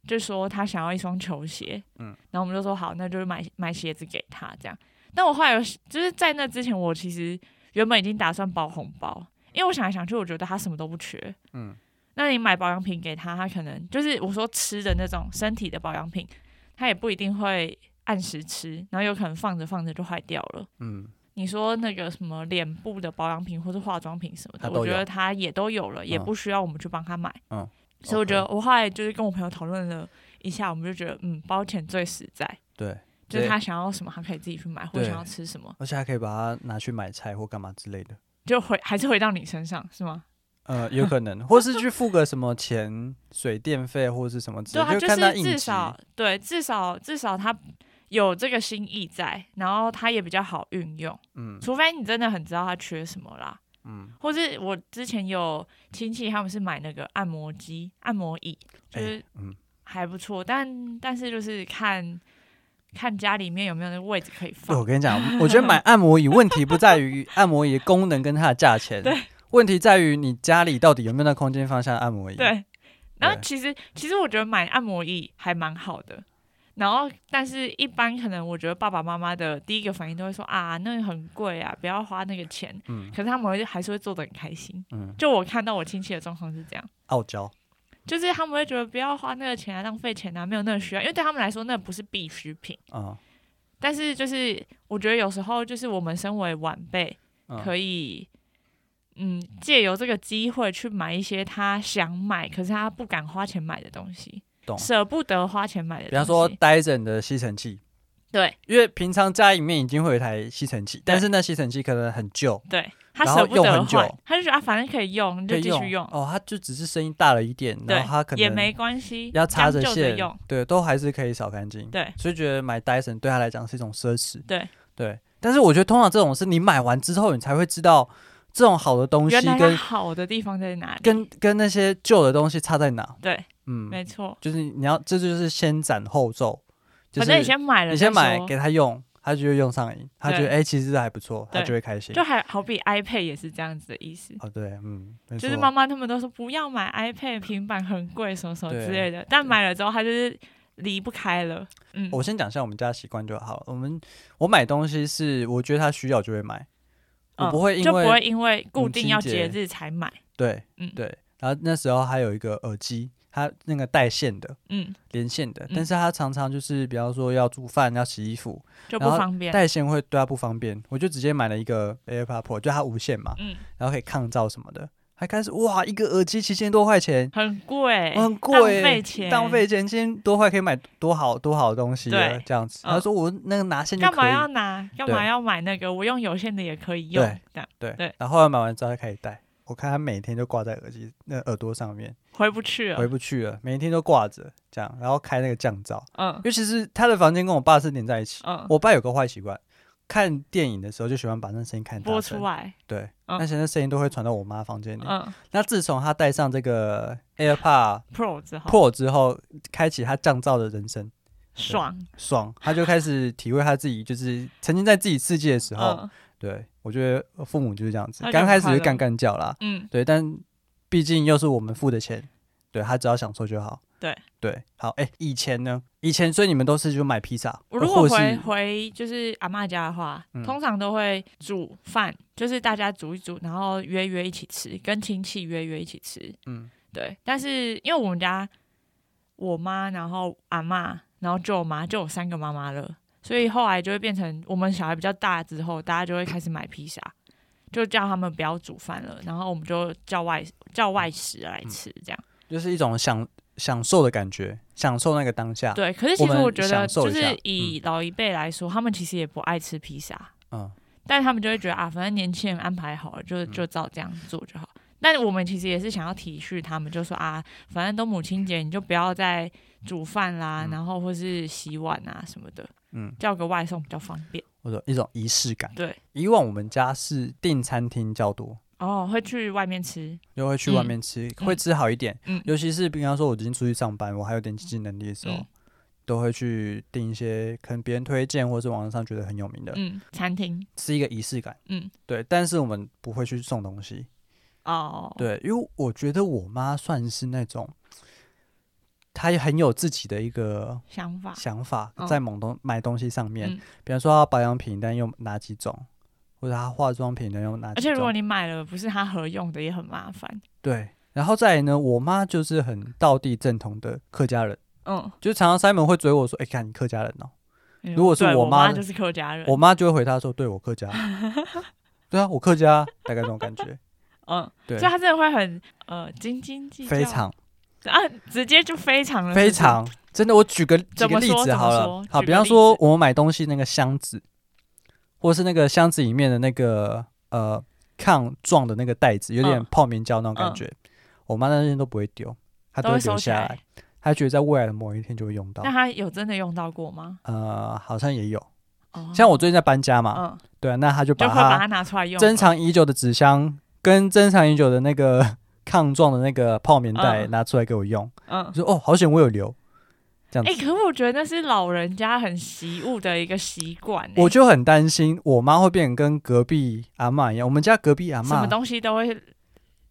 [SPEAKER 2] 就说她想要一双球鞋，
[SPEAKER 1] 嗯
[SPEAKER 2] 嗯，然后我们就说好，那就是买买鞋子给她这样。但我后来有就是在那之前，我其实原本已经打算包红包，因为我想来想去，我觉得她什么都不缺，
[SPEAKER 1] 嗯
[SPEAKER 2] 嗯。那你买保养品给她，她可能就是我说吃的那种身体的保养品，她也不一定会按时吃，然后有可能放着放着就坏掉了。
[SPEAKER 1] 嗯，
[SPEAKER 2] 你说那个什么脸部的保养品或是化妆品什么
[SPEAKER 1] 它
[SPEAKER 2] 的，
[SPEAKER 1] 都有
[SPEAKER 2] 我觉得他也都有了，也
[SPEAKER 1] 嗯
[SPEAKER 2] 不需要我们去帮他买。
[SPEAKER 1] 嗯，
[SPEAKER 2] 所以我觉得我后来就是跟我朋友讨论了一下，我们就觉得嗯，包钱最实在，
[SPEAKER 1] 对，
[SPEAKER 2] 就是
[SPEAKER 1] 对
[SPEAKER 2] 他想要什么，他可以自己去买，或者
[SPEAKER 1] 对
[SPEAKER 2] 想要吃什么，
[SPEAKER 1] 而且还可以把它拿去买菜或干嘛之类的，
[SPEAKER 2] 就回还是回到你身上是吗？
[SPEAKER 1] 呃，有可能，或是去付个什么钱，水电费或是什么之
[SPEAKER 2] 对
[SPEAKER 1] 类
[SPEAKER 2] 啊，
[SPEAKER 1] 的，
[SPEAKER 2] 就
[SPEAKER 1] 看他
[SPEAKER 2] 是
[SPEAKER 1] 应
[SPEAKER 2] 至
[SPEAKER 1] 急。
[SPEAKER 2] 少对，至少至少他有这个心意在，然后他也比较好运用。
[SPEAKER 1] 嗯
[SPEAKER 2] 除非你真的很知道他缺什么啦，
[SPEAKER 1] 嗯，
[SPEAKER 2] 或是我之前有亲戚他们是买那个按摩机、按摩椅，就
[SPEAKER 1] 哎、
[SPEAKER 2] 是
[SPEAKER 1] 嗯，
[SPEAKER 2] 还不错，但但是就是看看家里面有没有那个位置可以
[SPEAKER 1] 对，
[SPEAKER 2] 放。
[SPEAKER 1] 我跟你讲，我觉得买按摩椅问题不在于按摩椅的功能跟它的价钱，问题在于你家里到底有没有那空间放下按摩椅。，
[SPEAKER 2] 对， 然后
[SPEAKER 1] 对
[SPEAKER 2] 其实其实我觉得买按摩椅还蛮好的，然后但是一般可能我觉得爸爸妈妈的第一个反应都会说啊，那个很贵啊，不要花那个钱。
[SPEAKER 1] 嗯
[SPEAKER 2] 可是他们会还是会做的很开心。
[SPEAKER 1] 嗯，
[SPEAKER 2] 就我看到我亲戚的状况是这样，
[SPEAKER 1] 傲娇，
[SPEAKER 2] 就是他们会觉得不要花那个钱啊，浪费钱啊，没有那个需要，因为对他们来说那不是必需品。
[SPEAKER 1] 嗯，
[SPEAKER 2] 但是就是我觉得有时候就是我们身为晚辈，
[SPEAKER 1] 嗯
[SPEAKER 2] 可以，嗯，借由这个机会去买一些他想买，可是他不敢花钱买的东西，
[SPEAKER 1] 懂
[SPEAKER 2] 舍不得花钱买的东西。
[SPEAKER 1] 比方说 Dyson 的吸尘器，
[SPEAKER 2] 对
[SPEAKER 1] 因为平常家里面已经会有一台吸尘器，但是那吸尘器可能很旧，
[SPEAKER 2] 对，他
[SPEAKER 1] 然后
[SPEAKER 2] 舍不
[SPEAKER 1] 用
[SPEAKER 2] 得
[SPEAKER 1] 很久
[SPEAKER 2] 换，他就觉得啊，反正可以用，你
[SPEAKER 1] 可
[SPEAKER 2] 就
[SPEAKER 1] 以
[SPEAKER 2] 继续用，
[SPEAKER 1] 哦，它就只是声音大了一点，然后它可
[SPEAKER 2] 对，
[SPEAKER 1] 能
[SPEAKER 2] 也没关系，
[SPEAKER 1] 要插着
[SPEAKER 2] 将就
[SPEAKER 1] 线
[SPEAKER 2] 用，，
[SPEAKER 1] 对，都还是可以扫干净。
[SPEAKER 2] 对
[SPEAKER 1] 所以觉得买 Dyson 对他来讲是一种奢侈。
[SPEAKER 2] 对
[SPEAKER 1] 对，但是我觉得通常这种是你买完之后，你才会知道这种好的东西
[SPEAKER 2] 原来它
[SPEAKER 1] 跟
[SPEAKER 2] 好的地方在哪里？
[SPEAKER 1] 跟跟那些旧的东西差在哪？
[SPEAKER 2] 对，
[SPEAKER 1] 嗯，
[SPEAKER 2] 没错，
[SPEAKER 1] 就是你要，这就是先斩后奏，就是
[SPEAKER 2] 反正你先买了，
[SPEAKER 1] 嗯你先买给他用，他就会用上瘾，他觉得哎、其实这还不错，他
[SPEAKER 2] 对
[SPEAKER 1] 就会开心
[SPEAKER 2] 就。还好比 iPad 也是这样子的意思。
[SPEAKER 1] 哦，对，嗯，没
[SPEAKER 2] 就
[SPEAKER 1] 错
[SPEAKER 2] 是，妈妈他们都说不要买 iPad 平板很贵什么什么
[SPEAKER 1] 对
[SPEAKER 2] 之类的，但买了之后他就是离不开了。嗯，
[SPEAKER 1] 我先讲一下我们家习惯就好。我们我买东西是我觉得他需要就会买，我
[SPEAKER 2] 嗯
[SPEAKER 1] 不会因
[SPEAKER 2] 就不
[SPEAKER 1] 为
[SPEAKER 2] 会因为固
[SPEAKER 1] 母
[SPEAKER 2] 定
[SPEAKER 1] 亲
[SPEAKER 2] 要节
[SPEAKER 1] 节
[SPEAKER 2] 日才买。
[SPEAKER 1] 对，
[SPEAKER 2] 嗯
[SPEAKER 1] 对。然后那时候还有一个耳机，它那个带线的、
[SPEAKER 2] 嗯，
[SPEAKER 1] 连线的，
[SPEAKER 2] 嗯
[SPEAKER 1] 但是它常常就是，比方说要煮饭、要洗衣服，
[SPEAKER 2] 就不
[SPEAKER 1] 然后
[SPEAKER 2] 方便。
[SPEAKER 1] 带线会对它不方便，我就直接买了一个 AirPod Pro，就它无线嘛，
[SPEAKER 2] 嗯，
[SPEAKER 1] 然后可以抗噪什么的。还开始哇，一个耳机七千多块钱，
[SPEAKER 2] 很贵，
[SPEAKER 1] 很贵、欸
[SPEAKER 2] 浪费钱，
[SPEAKER 1] 浪费钱，七千多块可以买多好多好的东西了
[SPEAKER 2] 对，
[SPEAKER 1] 这样子。
[SPEAKER 2] 嗯
[SPEAKER 1] 他说我那个拿线就
[SPEAKER 2] 干
[SPEAKER 1] 可
[SPEAKER 2] 嘛
[SPEAKER 1] 以，
[SPEAKER 2] 要拿？干嘛要买那个？我用有线的也可以用
[SPEAKER 1] 对，
[SPEAKER 2] 这样
[SPEAKER 1] 对，
[SPEAKER 2] 对
[SPEAKER 1] 然后后来买完之后他开始戴，我看他每天就挂在耳机那耳朵上面，
[SPEAKER 2] 回不去了
[SPEAKER 1] 回。不去了，每天都挂着这样，然后开那个降噪。
[SPEAKER 2] 嗯
[SPEAKER 1] 尤其是他的房间跟我爸是连在一起，
[SPEAKER 2] 嗯，
[SPEAKER 1] 我爸有个坏习惯，看电影的时候就喜欢把那声音看大
[SPEAKER 2] 播出
[SPEAKER 1] 声，
[SPEAKER 2] 来。
[SPEAKER 1] 对，
[SPEAKER 2] 嗯
[SPEAKER 1] 那些那声音都会传到我妈房间里。
[SPEAKER 2] 嗯
[SPEAKER 1] 那自从他戴上这个 AirPod
[SPEAKER 2] ，Pro 之后
[SPEAKER 1] Pro 之后，开启他降噪的人生，
[SPEAKER 2] 爽。
[SPEAKER 1] 爽，他就开始体会他自己，就是曾经在自己世界的时候，
[SPEAKER 2] 嗯
[SPEAKER 1] 对我觉得父母就是这样子
[SPEAKER 2] 他，就
[SPEAKER 1] 刚开始
[SPEAKER 2] 快
[SPEAKER 1] 就
[SPEAKER 2] 乐
[SPEAKER 1] 干干叫啦，
[SPEAKER 2] 嗯，
[SPEAKER 1] 对，但毕竟又是我们付的钱，对他只要享受就好。
[SPEAKER 2] 对
[SPEAKER 1] 对，好，哎、以前呢？以前所以你们都是就买披萨，
[SPEAKER 2] 我如
[SPEAKER 1] 或
[SPEAKER 2] 果
[SPEAKER 1] 者
[SPEAKER 2] 回
[SPEAKER 1] 是
[SPEAKER 2] 回就是阿嬷家的话，
[SPEAKER 1] 嗯
[SPEAKER 2] 通常都会煮饭，就是大家煮一煮，然后约约一起吃，跟亲戚约约一起吃。
[SPEAKER 1] 嗯
[SPEAKER 2] 对，但是因为我们家我妈，然后阿嬷，然后舅妈，就有三个妈妈了，所以后来就会变成我们小孩比较大之后，大家就会开始买披萨，就叫他们不要煮饭了，然后我们就叫外叫外食来
[SPEAKER 1] 嗯
[SPEAKER 2] 吃这样。
[SPEAKER 1] 就是一种享享受的感觉，享受那个当下。，
[SPEAKER 2] 对，可是其实
[SPEAKER 1] 我们
[SPEAKER 2] 我觉得，
[SPEAKER 1] 享受
[SPEAKER 2] 就
[SPEAKER 1] 一下
[SPEAKER 2] 是以老一辈来说，他们其实也不爱吃披萨，
[SPEAKER 1] 嗯，
[SPEAKER 2] 但他们就会觉得啊，反正年轻人安排好了，就就照这样做就好。但我们其实也是想要体恤他们，就说啊，反正都母亲节，你就不要再煮饭啦，
[SPEAKER 1] 嗯
[SPEAKER 2] 然后或是洗碗啊什么的，
[SPEAKER 1] 嗯，
[SPEAKER 2] 叫个外送比较方便。
[SPEAKER 1] 或者一种仪式感。
[SPEAKER 2] 对，
[SPEAKER 1] 以往我们家是订餐厅较多，
[SPEAKER 2] 哦，会去外面吃，
[SPEAKER 1] 就会去外
[SPEAKER 2] 嗯
[SPEAKER 1] 面吃，
[SPEAKER 2] 嗯
[SPEAKER 1] 会吃好一点。
[SPEAKER 2] 嗯
[SPEAKER 1] 尤其是比方说我已经出去上班，我还有点经济能力的时候，
[SPEAKER 2] 嗯
[SPEAKER 1] 都会去订一些可能别人推荐或是网上觉得很有名的，
[SPEAKER 2] 嗯，餐厅，
[SPEAKER 1] 是一个仪式感。
[SPEAKER 2] 嗯，
[SPEAKER 1] 对，但是我们不会去送东西。
[SPEAKER 2] 哦，，
[SPEAKER 1] 对，因为我觉得我妈算是那种，她也很有自己的一个
[SPEAKER 2] 想法，
[SPEAKER 1] 想法
[SPEAKER 2] 嗯，
[SPEAKER 1] 在某东买东西上面，
[SPEAKER 2] 嗯
[SPEAKER 1] 比方说她保养品，但用哪几种，或者她化妆品，但用哪
[SPEAKER 2] 而
[SPEAKER 1] 几
[SPEAKER 2] 且如果
[SPEAKER 1] 种，
[SPEAKER 2] 你买了不是他合用的，也很麻烦。
[SPEAKER 1] 对。然后再来呢，我妈就是很道地正统的客家人，
[SPEAKER 2] 嗯，
[SPEAKER 1] 就是常常 Simon 会追我说：“哎、看你客家人哦、如果是
[SPEAKER 2] 对
[SPEAKER 1] 我
[SPEAKER 2] 我
[SPEAKER 1] 妈的
[SPEAKER 2] 就是客家人，
[SPEAKER 1] 我妈就会回他说：“对我客家。”对啊，我客家，大概这种感觉。
[SPEAKER 2] 嗯，
[SPEAKER 1] 对
[SPEAKER 2] 所以，他真的会很呃斤斤计较，
[SPEAKER 1] 非常
[SPEAKER 2] 啊，直接就非常了，
[SPEAKER 1] 非
[SPEAKER 2] 是不是
[SPEAKER 1] 常真的，我举个几
[SPEAKER 2] 怎
[SPEAKER 1] 个
[SPEAKER 2] 么
[SPEAKER 1] 例
[SPEAKER 2] 说
[SPEAKER 1] 子
[SPEAKER 2] 怎么
[SPEAKER 1] 好
[SPEAKER 2] 说
[SPEAKER 1] 了。好，
[SPEAKER 2] 举
[SPEAKER 1] 比
[SPEAKER 2] 个
[SPEAKER 1] 方
[SPEAKER 2] 例
[SPEAKER 1] 说
[SPEAKER 2] 子
[SPEAKER 1] 我们买东西那个箱子，或是那个箱子里面的那个呃抗撞的那个袋子，有点
[SPEAKER 2] 嗯
[SPEAKER 1] 泡棉胶那种感觉。我妈那些都不会丢，她
[SPEAKER 2] 都
[SPEAKER 1] 会
[SPEAKER 2] 会
[SPEAKER 1] 留
[SPEAKER 2] 收起
[SPEAKER 1] 下来，。她觉得在未来的某一天就会用到
[SPEAKER 2] 那。他有真的用到过吗？
[SPEAKER 1] 呃，好像也有，
[SPEAKER 2] 哦
[SPEAKER 1] 像我最近在搬家嘛，
[SPEAKER 2] 嗯，
[SPEAKER 1] 对啊，那她就
[SPEAKER 2] 就
[SPEAKER 1] 把
[SPEAKER 2] 会把
[SPEAKER 1] 它
[SPEAKER 2] 它拿出来用。
[SPEAKER 1] 珍藏已久的纸箱跟珍藏已久的那个 抗撞的那个泡棉袋
[SPEAKER 2] 嗯
[SPEAKER 1] 拿出来给我用，
[SPEAKER 2] 嗯
[SPEAKER 1] 我，说哦，好险我有留，这样
[SPEAKER 2] 哎、
[SPEAKER 1] 子，
[SPEAKER 2] 可是我觉得那是老人家很习物的一个习惯、欸。
[SPEAKER 1] 我就很担心我妈会变成跟隔壁阿嬷一样，我们家隔壁阿
[SPEAKER 2] 什么
[SPEAKER 1] 嬷
[SPEAKER 2] 东西都会资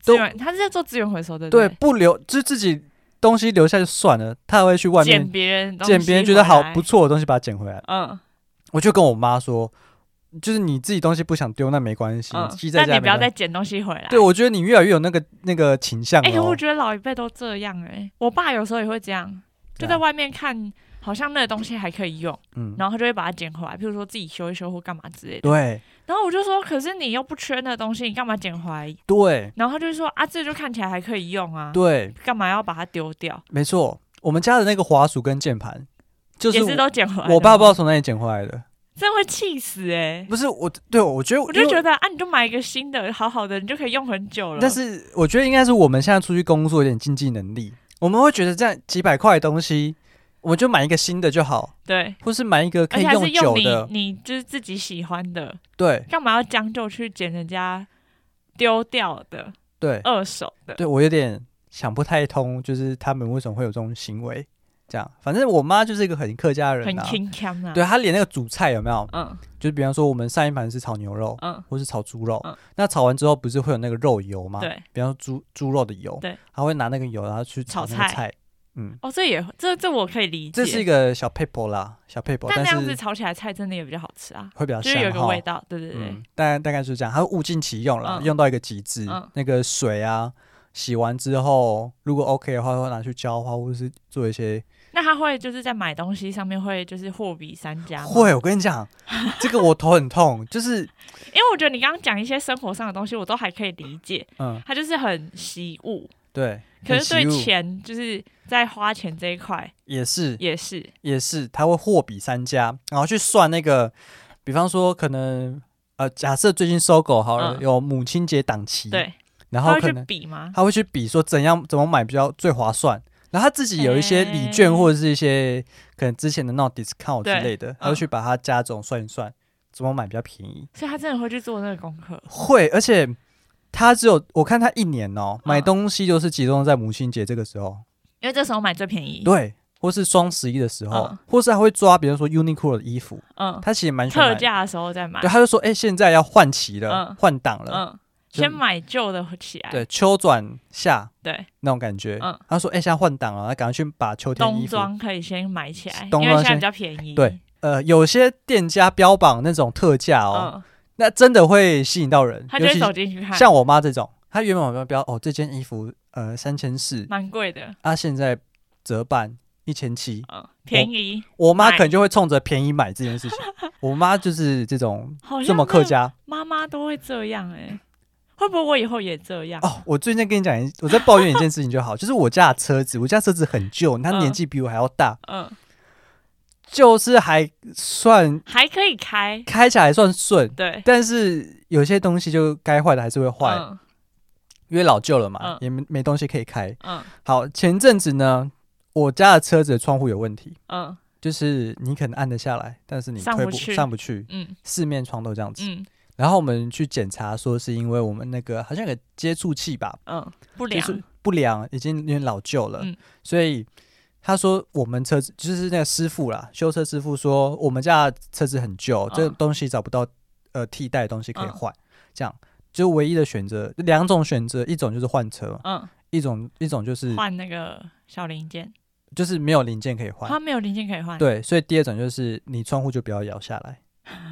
[SPEAKER 1] 都
[SPEAKER 2] 源，他是在做资源回收的，
[SPEAKER 1] 对
[SPEAKER 2] 不
[SPEAKER 1] 不留，就自己东西留下就算了，她还会去外
[SPEAKER 2] 捡
[SPEAKER 1] 面
[SPEAKER 2] 别人的东西
[SPEAKER 1] 捡别人觉得好
[SPEAKER 2] 回来
[SPEAKER 1] 不，错的东西把它捡回来，
[SPEAKER 2] 嗯
[SPEAKER 1] 我就跟我妈说，就是你自己东西不想丢那没关系，
[SPEAKER 2] 嗯
[SPEAKER 1] 你积，在
[SPEAKER 2] 但
[SPEAKER 1] 家
[SPEAKER 2] 你不要
[SPEAKER 1] 没关
[SPEAKER 2] 再
[SPEAKER 1] 系。
[SPEAKER 2] 捡东西回来。
[SPEAKER 1] 对，我觉得你越来越有那个那个倾向了
[SPEAKER 2] 哎、可是
[SPEAKER 1] 哦
[SPEAKER 2] 我。觉得老一辈都这样哎、我爸有时候也会这样，就
[SPEAKER 1] 对啊
[SPEAKER 2] 在外面看，好像那个东西还可以用，
[SPEAKER 1] 嗯，
[SPEAKER 2] 然后他就会把它捡回来，譬如说自己修一修或干嘛之类的。
[SPEAKER 1] 对
[SPEAKER 2] 然后我就说，可是你又不缺那东西，你干嘛捡回来？
[SPEAKER 1] 对
[SPEAKER 2] 然后他就说啊，这就看起来还可以用啊，
[SPEAKER 1] 对，
[SPEAKER 2] 干嘛要把它丢掉？
[SPEAKER 1] 没错，我们家的那个滑鼠跟键盘，就是
[SPEAKER 2] 也
[SPEAKER 1] 我
[SPEAKER 2] 是都捡回来的吗。
[SPEAKER 1] 我爸不知道从哪里捡回来的。
[SPEAKER 2] 真会气死哎、
[SPEAKER 1] 不是我，对我觉得，
[SPEAKER 2] 我就觉
[SPEAKER 1] 得，
[SPEAKER 2] 得啊，你就买一个新的，好好的，你就可以用很久了。
[SPEAKER 1] 但是我觉得应该是我们现在出去工作有点经济能力，我们会觉得这样几百块的东西，我就买一个新的就好，
[SPEAKER 2] 对，
[SPEAKER 1] 或是买一个
[SPEAKER 2] 而
[SPEAKER 1] 可以
[SPEAKER 2] 且还是
[SPEAKER 1] 久
[SPEAKER 2] 用你
[SPEAKER 1] 的。
[SPEAKER 2] 你就是自己喜欢的，
[SPEAKER 1] 对
[SPEAKER 2] 干嘛要将就去捡人家丢掉的、
[SPEAKER 1] 对
[SPEAKER 2] 二手的。
[SPEAKER 1] 对我有点想不太通，就是他们为什么会有这种行为？这样，反正我妈就是一个很客家人
[SPEAKER 2] 很
[SPEAKER 1] 啊，
[SPEAKER 2] 轻腔啊，
[SPEAKER 1] 对，她连那个煮菜有没有，
[SPEAKER 2] 嗯
[SPEAKER 1] 就是比方说我们上一盘是炒牛肉，
[SPEAKER 2] 嗯，
[SPEAKER 1] 或是炒猪肉，
[SPEAKER 2] 嗯
[SPEAKER 1] 那炒完之后不是会有那个肉油吗？，
[SPEAKER 2] 对，
[SPEAKER 1] 比方说猪猪肉的油，
[SPEAKER 2] 对，
[SPEAKER 1] 她会拿那个油然后去炒
[SPEAKER 2] 炒
[SPEAKER 1] 那个
[SPEAKER 2] 菜
[SPEAKER 1] 菜，嗯，
[SPEAKER 2] 哦，这也这这我可以理解。
[SPEAKER 1] 这是一个小 paper 啦，小 paper，
[SPEAKER 2] 但那样子
[SPEAKER 1] 是
[SPEAKER 2] 炒起来菜真的也比较好吃啊，
[SPEAKER 1] 会比较
[SPEAKER 2] 就是有一
[SPEAKER 1] 香
[SPEAKER 2] 个
[SPEAKER 1] 哈
[SPEAKER 2] 味。道，对对对
[SPEAKER 1] 嗯，，大概大概就是这样，它会物尽其用了，
[SPEAKER 2] 嗯
[SPEAKER 1] 用到一个极致。
[SPEAKER 2] 嗯
[SPEAKER 1] 那个水啊，洗完之后，如果 OK 的话，会拿去浇花，或者是做一些。
[SPEAKER 2] 那他会就是在买东西上面会就是货比三家吗，
[SPEAKER 1] 会，我跟你 讲，这个我头很痛，就是
[SPEAKER 2] 因为我觉得你刚刚讲一些生活上的东西，我都还可以理解，
[SPEAKER 1] 嗯，
[SPEAKER 2] 他就是很习物，
[SPEAKER 1] 对。
[SPEAKER 2] 可是对
[SPEAKER 1] 很习物
[SPEAKER 2] 钱就是在花钱这一块
[SPEAKER 1] 也是
[SPEAKER 2] 也是，
[SPEAKER 1] 也是，他会货比三家，然后去算那个，比方说可能呃，假设最近搜狗好了、
[SPEAKER 2] 嗯
[SPEAKER 1] 有母亲节档期，，
[SPEAKER 2] 对，
[SPEAKER 1] 嗯然
[SPEAKER 2] 他
[SPEAKER 1] 后
[SPEAKER 2] 会
[SPEAKER 1] 可
[SPEAKER 2] 去
[SPEAKER 1] 能
[SPEAKER 2] 比吗？
[SPEAKER 1] 他会去比说怎样怎么买比较最划算，然后他自己有一些礼券
[SPEAKER 2] 诶
[SPEAKER 1] 或者是一些可能之前的那种 discount 之
[SPEAKER 2] 对
[SPEAKER 1] 类的，他会
[SPEAKER 2] 嗯
[SPEAKER 1] 去把它加总算一算，怎么买比较便宜。
[SPEAKER 2] 所以他真的会去做那个功课，
[SPEAKER 1] 会，而且他只有我看他一年哦、买
[SPEAKER 2] 嗯
[SPEAKER 1] 东西就是集中在母亲节这个时候，
[SPEAKER 2] 因为这时候买最便宜，
[SPEAKER 1] 对，或是双十一的时候，
[SPEAKER 2] 嗯
[SPEAKER 1] 或是他会抓比如说 Uniqlo 的衣服，
[SPEAKER 2] 嗯，
[SPEAKER 1] 他其实蛮喜欢
[SPEAKER 2] 特
[SPEAKER 1] 买。
[SPEAKER 2] 价的时候再买
[SPEAKER 1] 对，，他就说，哎、现在要换旗了
[SPEAKER 2] 嗯，
[SPEAKER 1] 换档了，
[SPEAKER 2] 嗯，
[SPEAKER 1] 就
[SPEAKER 2] 先买旧的起来，
[SPEAKER 1] 对，秋转夏
[SPEAKER 2] 对，
[SPEAKER 1] 那种感觉。
[SPEAKER 2] 嗯
[SPEAKER 1] 他说，哎、现在换档了，他赶快去把秋天
[SPEAKER 2] 冬
[SPEAKER 1] 衣服
[SPEAKER 2] 装可以先买起来，
[SPEAKER 1] 冬
[SPEAKER 2] 因
[SPEAKER 1] 装
[SPEAKER 2] 为现在
[SPEAKER 1] 先
[SPEAKER 2] 比较便宜，嗯
[SPEAKER 1] 对，呃，有些店家标榜那种特价哦，
[SPEAKER 2] 嗯，
[SPEAKER 1] 那真的会吸引到人，
[SPEAKER 2] 他就
[SPEAKER 1] 尤
[SPEAKER 2] 会
[SPEAKER 1] 其
[SPEAKER 2] 走进去看，
[SPEAKER 1] 像我妈这种，她原本有标哦，这件衣服呃三千四，
[SPEAKER 2] 蛮贵的，
[SPEAKER 1] 啊，现在折半一千七，
[SPEAKER 2] 嗯，便宜，
[SPEAKER 1] 我妈可能
[SPEAKER 2] 买
[SPEAKER 1] 就会冲着便宜买这件事 情。我妈就是这种
[SPEAKER 2] 好像
[SPEAKER 1] 这么客家
[SPEAKER 2] 妈妈都会这样哎、会不会我以后也这样？
[SPEAKER 1] 哦。我最近跟你讲一，我在抱怨一件事情就好， 就是我家的车子，我家车子很旧，它年
[SPEAKER 2] 嗯
[SPEAKER 1] 纪比我还要大，
[SPEAKER 2] 嗯，
[SPEAKER 1] 就是还算
[SPEAKER 2] 还可以开，
[SPEAKER 1] 开起来还算顺，
[SPEAKER 2] 对，
[SPEAKER 1] 但是有些东西就该坏的还是会坏。
[SPEAKER 2] 嗯
[SPEAKER 1] 因为老旧了嘛，
[SPEAKER 2] 嗯
[SPEAKER 1] 也没没东西可以开。
[SPEAKER 2] 嗯
[SPEAKER 1] 好，前阵子呢，我家的车子的窗户有问题，
[SPEAKER 2] 嗯
[SPEAKER 1] 就是你可能按得下来，但是你
[SPEAKER 2] 上
[SPEAKER 1] 推
[SPEAKER 2] 不
[SPEAKER 1] 不
[SPEAKER 2] 去
[SPEAKER 1] 上不去，
[SPEAKER 2] 嗯
[SPEAKER 1] 四面窗都这样子。
[SPEAKER 2] 嗯
[SPEAKER 1] 然后我们去检查，说是因为我们那个好像有个接触器吧，
[SPEAKER 2] 嗯，不
[SPEAKER 1] 接
[SPEAKER 2] 良，
[SPEAKER 1] 触不良已经有点老旧了，
[SPEAKER 2] 嗯
[SPEAKER 1] 所以。他说：“我们车子就是那个师傅啦，修车师傅说我们家的车子很旧，这
[SPEAKER 2] 嗯
[SPEAKER 1] 东西找不到呃替代的东西可以
[SPEAKER 2] 嗯
[SPEAKER 1] 换，这样就唯一的选择两种选择，一种就是换车，
[SPEAKER 2] 嗯，
[SPEAKER 1] 一种一种就是
[SPEAKER 2] 换那个小零件，
[SPEAKER 1] 就是没有零件可以换，
[SPEAKER 2] 它没有零件可以换，，
[SPEAKER 1] 对，所以第二种就是你窗户就不要摇下 来，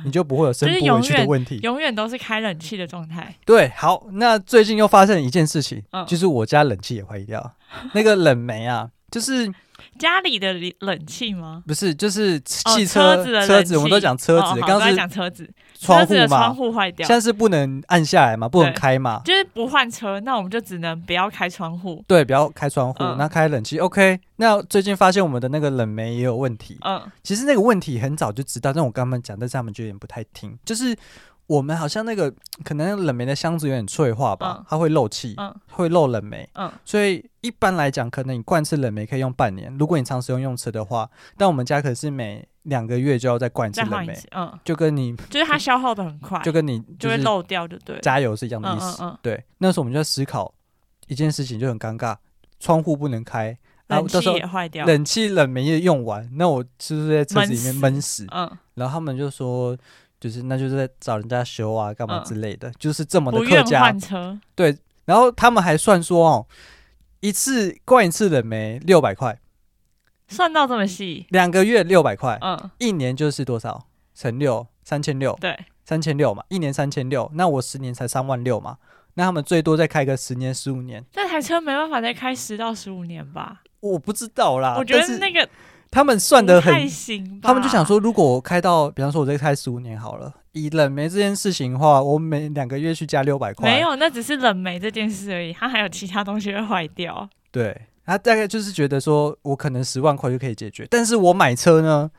[SPEAKER 1] 你就不会有伸
[SPEAKER 2] 就是
[SPEAKER 1] 不回去的
[SPEAKER 2] 永远
[SPEAKER 1] 问题。
[SPEAKER 2] 永远都是开冷气的状态，
[SPEAKER 1] 对，好，那最近又发生了一件事情，
[SPEAKER 2] 嗯
[SPEAKER 1] 就是我家冷气也坏 掉，那个冷媒啊，就是
[SPEAKER 2] 家里的冷冷气吗？
[SPEAKER 1] 不是就是
[SPEAKER 2] 哦
[SPEAKER 1] 汽
[SPEAKER 2] 车子的冷
[SPEAKER 1] 车子，我们都
[SPEAKER 2] 气
[SPEAKER 1] 讲车
[SPEAKER 2] 哦
[SPEAKER 1] 子，刚
[SPEAKER 2] 好都
[SPEAKER 1] 刚
[SPEAKER 2] 在
[SPEAKER 1] 是
[SPEAKER 2] 讲车子，
[SPEAKER 1] 窗
[SPEAKER 2] 车
[SPEAKER 1] 户
[SPEAKER 2] 子的窗
[SPEAKER 1] 嘛，
[SPEAKER 2] 户坏掉
[SPEAKER 1] 现，在是不能按下来嘛，不能
[SPEAKER 2] 对
[SPEAKER 1] 开嘛，
[SPEAKER 2] 就是不换车，那我们就只能不要开窗户，
[SPEAKER 1] 对，不要开窗户，
[SPEAKER 2] 嗯
[SPEAKER 1] 那开冷气。OK，那最近发现我们的那个冷媒也有问题，
[SPEAKER 2] 嗯
[SPEAKER 1] 其实那个问题很早就知道，但我跟他们讲，但是他们就有点不太听。就是我们好像那个可能那个冷媒的箱子有点脆化吧，
[SPEAKER 2] 嗯
[SPEAKER 1] 它会漏气，
[SPEAKER 2] 嗯
[SPEAKER 1] 会漏冷媒。
[SPEAKER 2] 嗯
[SPEAKER 1] 所以一般来讲，可能你灌一次冷媒可以用半年，如果你长时用用车的话，但我们家可是每两个月就要再灌一次
[SPEAKER 2] 再
[SPEAKER 1] 冷
[SPEAKER 2] 换一
[SPEAKER 1] 媒
[SPEAKER 2] 次，，嗯，
[SPEAKER 1] 就跟你
[SPEAKER 2] 就是它消耗的很快，
[SPEAKER 1] 就跟你就
[SPEAKER 2] 就会
[SPEAKER 1] 是
[SPEAKER 2] 漏掉，就对了，
[SPEAKER 1] 加油是一样的
[SPEAKER 2] 嗯
[SPEAKER 1] 意
[SPEAKER 2] 嗯
[SPEAKER 1] 思。
[SPEAKER 2] 嗯，
[SPEAKER 1] 对，那时候我们就在思考一件事情，就很尴尬，窗户不能开，然后
[SPEAKER 2] 冷
[SPEAKER 1] 到时
[SPEAKER 2] 气
[SPEAKER 1] 候
[SPEAKER 2] 也坏掉，
[SPEAKER 1] 冷气冷媒也用完，那我是不是在车子里面
[SPEAKER 2] 闷
[SPEAKER 1] 闷死？
[SPEAKER 2] 嗯，
[SPEAKER 1] 然后他们就说，就是那就是在找人家修啊，干嘛
[SPEAKER 2] 嗯
[SPEAKER 1] 之类的，就是这么的
[SPEAKER 2] 不
[SPEAKER 1] 客
[SPEAKER 2] 愿
[SPEAKER 1] 家
[SPEAKER 2] 换。车，
[SPEAKER 1] 然后他们还算说哦，一次灌一次冷媒六百块，
[SPEAKER 2] 算到这么细，
[SPEAKER 1] 两个月六百块，
[SPEAKER 2] 嗯，
[SPEAKER 1] 一年就是多少？乘六三千六，
[SPEAKER 2] 对，
[SPEAKER 1] 三千六嘛，一年三千六，那我十年才三万六嘛，那他们最多再开个十年十五年，
[SPEAKER 2] 这台车没办法再开十到十五年吧？
[SPEAKER 1] 我不知道啦。
[SPEAKER 2] 我觉
[SPEAKER 1] 啊但是
[SPEAKER 2] 得那个
[SPEAKER 1] 他们算
[SPEAKER 2] 不
[SPEAKER 1] 的
[SPEAKER 2] 太
[SPEAKER 1] 很
[SPEAKER 2] 行吧，
[SPEAKER 1] 他们就想，说，如果我开到，比方说我再开十五年好了，以冷媒这件事情的话，我每两个月去加六百块，
[SPEAKER 2] 没有，那只是冷媒这件事而已，它还有其他东西会坏掉，
[SPEAKER 1] 对，他大概就是觉得说我可能十万块就可以解决，但是我买车呢，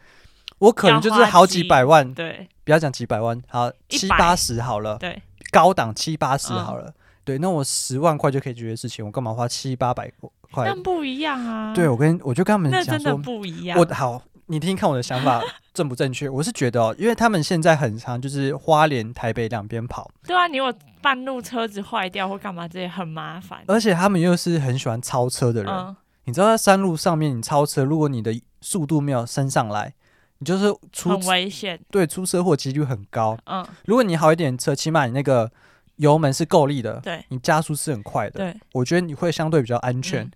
[SPEAKER 1] 我可能就是好几百万，
[SPEAKER 2] 对
[SPEAKER 1] 不要讲几百万，好
[SPEAKER 2] 一百
[SPEAKER 1] 七八十好了，
[SPEAKER 2] 对，
[SPEAKER 1] 高档七八十
[SPEAKER 2] 嗯
[SPEAKER 1] 好了，对，那我十万块就可以解决的事情，我干嘛花七八百块
[SPEAKER 2] 但？不一样啊，
[SPEAKER 1] 对，我跟我就跟他们
[SPEAKER 2] 那
[SPEAKER 1] 讲
[SPEAKER 2] 真的
[SPEAKER 1] 说，
[SPEAKER 2] 不一样，
[SPEAKER 1] 我好，你听听看我的想法正不正确？我是觉得哦，因为他们现在很常就是花莲、台北两边跑，
[SPEAKER 2] 对啊，你如果半路车子坏掉或干嘛，这也很麻烦。
[SPEAKER 1] 而且他们又是很喜欢超车呃的人。
[SPEAKER 2] 嗯，
[SPEAKER 1] 你知道在山路上面你超车，如果你的速度没有升上来，你就是出
[SPEAKER 2] 很危险。
[SPEAKER 1] 对出车祸几率很高。
[SPEAKER 2] 嗯，
[SPEAKER 1] 如果你好一点车，起码你那个油门是够力的，
[SPEAKER 2] 对
[SPEAKER 1] 你加速是很快的，
[SPEAKER 2] 对，
[SPEAKER 1] 我觉得你会相对比较安全。
[SPEAKER 2] 嗯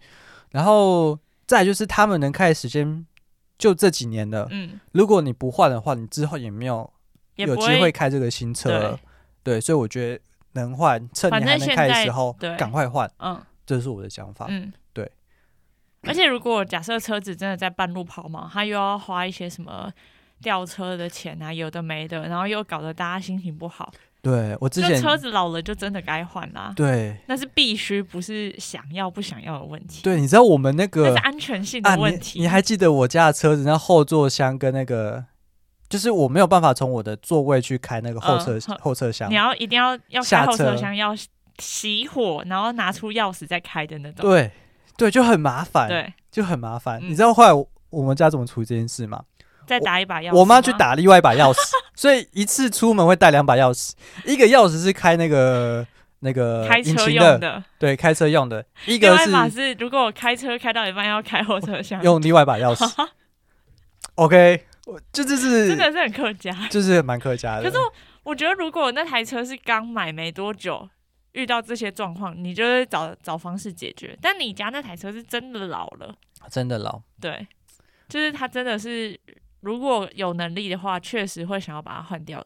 [SPEAKER 1] 然后再来就是他们能开的时间就这几年了，
[SPEAKER 2] 嗯，
[SPEAKER 1] 如果你不换的话，你之后也没有
[SPEAKER 2] 也
[SPEAKER 1] 有
[SPEAKER 2] 不
[SPEAKER 1] 机会开这个新车了。对，所以我觉得能换，趁
[SPEAKER 2] 反
[SPEAKER 1] 你还
[SPEAKER 2] 正
[SPEAKER 1] 能
[SPEAKER 2] 现
[SPEAKER 1] 开的
[SPEAKER 2] 在
[SPEAKER 1] 时候
[SPEAKER 2] 对
[SPEAKER 1] 赶快换，
[SPEAKER 2] 嗯
[SPEAKER 1] 这是我的想法。
[SPEAKER 2] 嗯，
[SPEAKER 1] 对。
[SPEAKER 2] 而且如果假设车子真的在半路抛锚，他又要花一些什么吊车的钱啊，有的没的，然后又搞得大家心情不好。
[SPEAKER 1] 对我之
[SPEAKER 2] 就
[SPEAKER 1] 前
[SPEAKER 2] 车子老了就真的该换啦。
[SPEAKER 1] 对
[SPEAKER 2] 那是必须，不是想要不想要的问题。，
[SPEAKER 1] 对，你知道我们那
[SPEAKER 2] 那
[SPEAKER 1] 个
[SPEAKER 2] 是安全性
[SPEAKER 1] 啊，
[SPEAKER 2] 的问
[SPEAKER 1] 你
[SPEAKER 2] 题。
[SPEAKER 1] 你还记得我家的车子那后座箱跟那个，就是我没有办法从我的座位去开那个后车、
[SPEAKER 2] 嗯哼
[SPEAKER 1] 后车厢
[SPEAKER 2] 你。要一定要要
[SPEAKER 1] 下
[SPEAKER 2] 开后车
[SPEAKER 1] 车
[SPEAKER 2] 厢要熄火，然后拿出钥匙再开的那种。
[SPEAKER 1] 对对，就很麻烦，
[SPEAKER 2] 对，
[SPEAKER 1] 就很麻烦。
[SPEAKER 2] 嗯
[SPEAKER 1] 你知道后来我我们家怎么处理这件事吗？
[SPEAKER 2] 再打一把钥匙。
[SPEAKER 1] 我妈去。打另外一把钥匙， 所以一次出门会带两把钥匙，一个钥匙是开那个那个
[SPEAKER 2] 开
[SPEAKER 1] 引
[SPEAKER 2] 车
[SPEAKER 1] 擎
[SPEAKER 2] 用
[SPEAKER 1] 的，
[SPEAKER 2] 的，
[SPEAKER 1] 对，开车用的；一
[SPEAKER 2] 另
[SPEAKER 1] 个
[SPEAKER 2] 外一把
[SPEAKER 1] 是
[SPEAKER 2] 是如果我开车开到一半要开后车厢，
[SPEAKER 1] 用另外一把钥 匙。OK，我这这
[SPEAKER 2] 真
[SPEAKER 1] 是
[SPEAKER 2] 的是很客家。
[SPEAKER 1] 就是蛮客家的。
[SPEAKER 2] 可是我我觉得如果那台车是刚买没多久，遇到这些状况，你就会找找方式解决。但你家那台车是真的老了。
[SPEAKER 1] 真的老，
[SPEAKER 2] 对，就是他真的是如果有能力的话，确实会想要把它换掉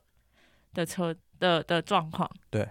[SPEAKER 2] 的车的的状况。对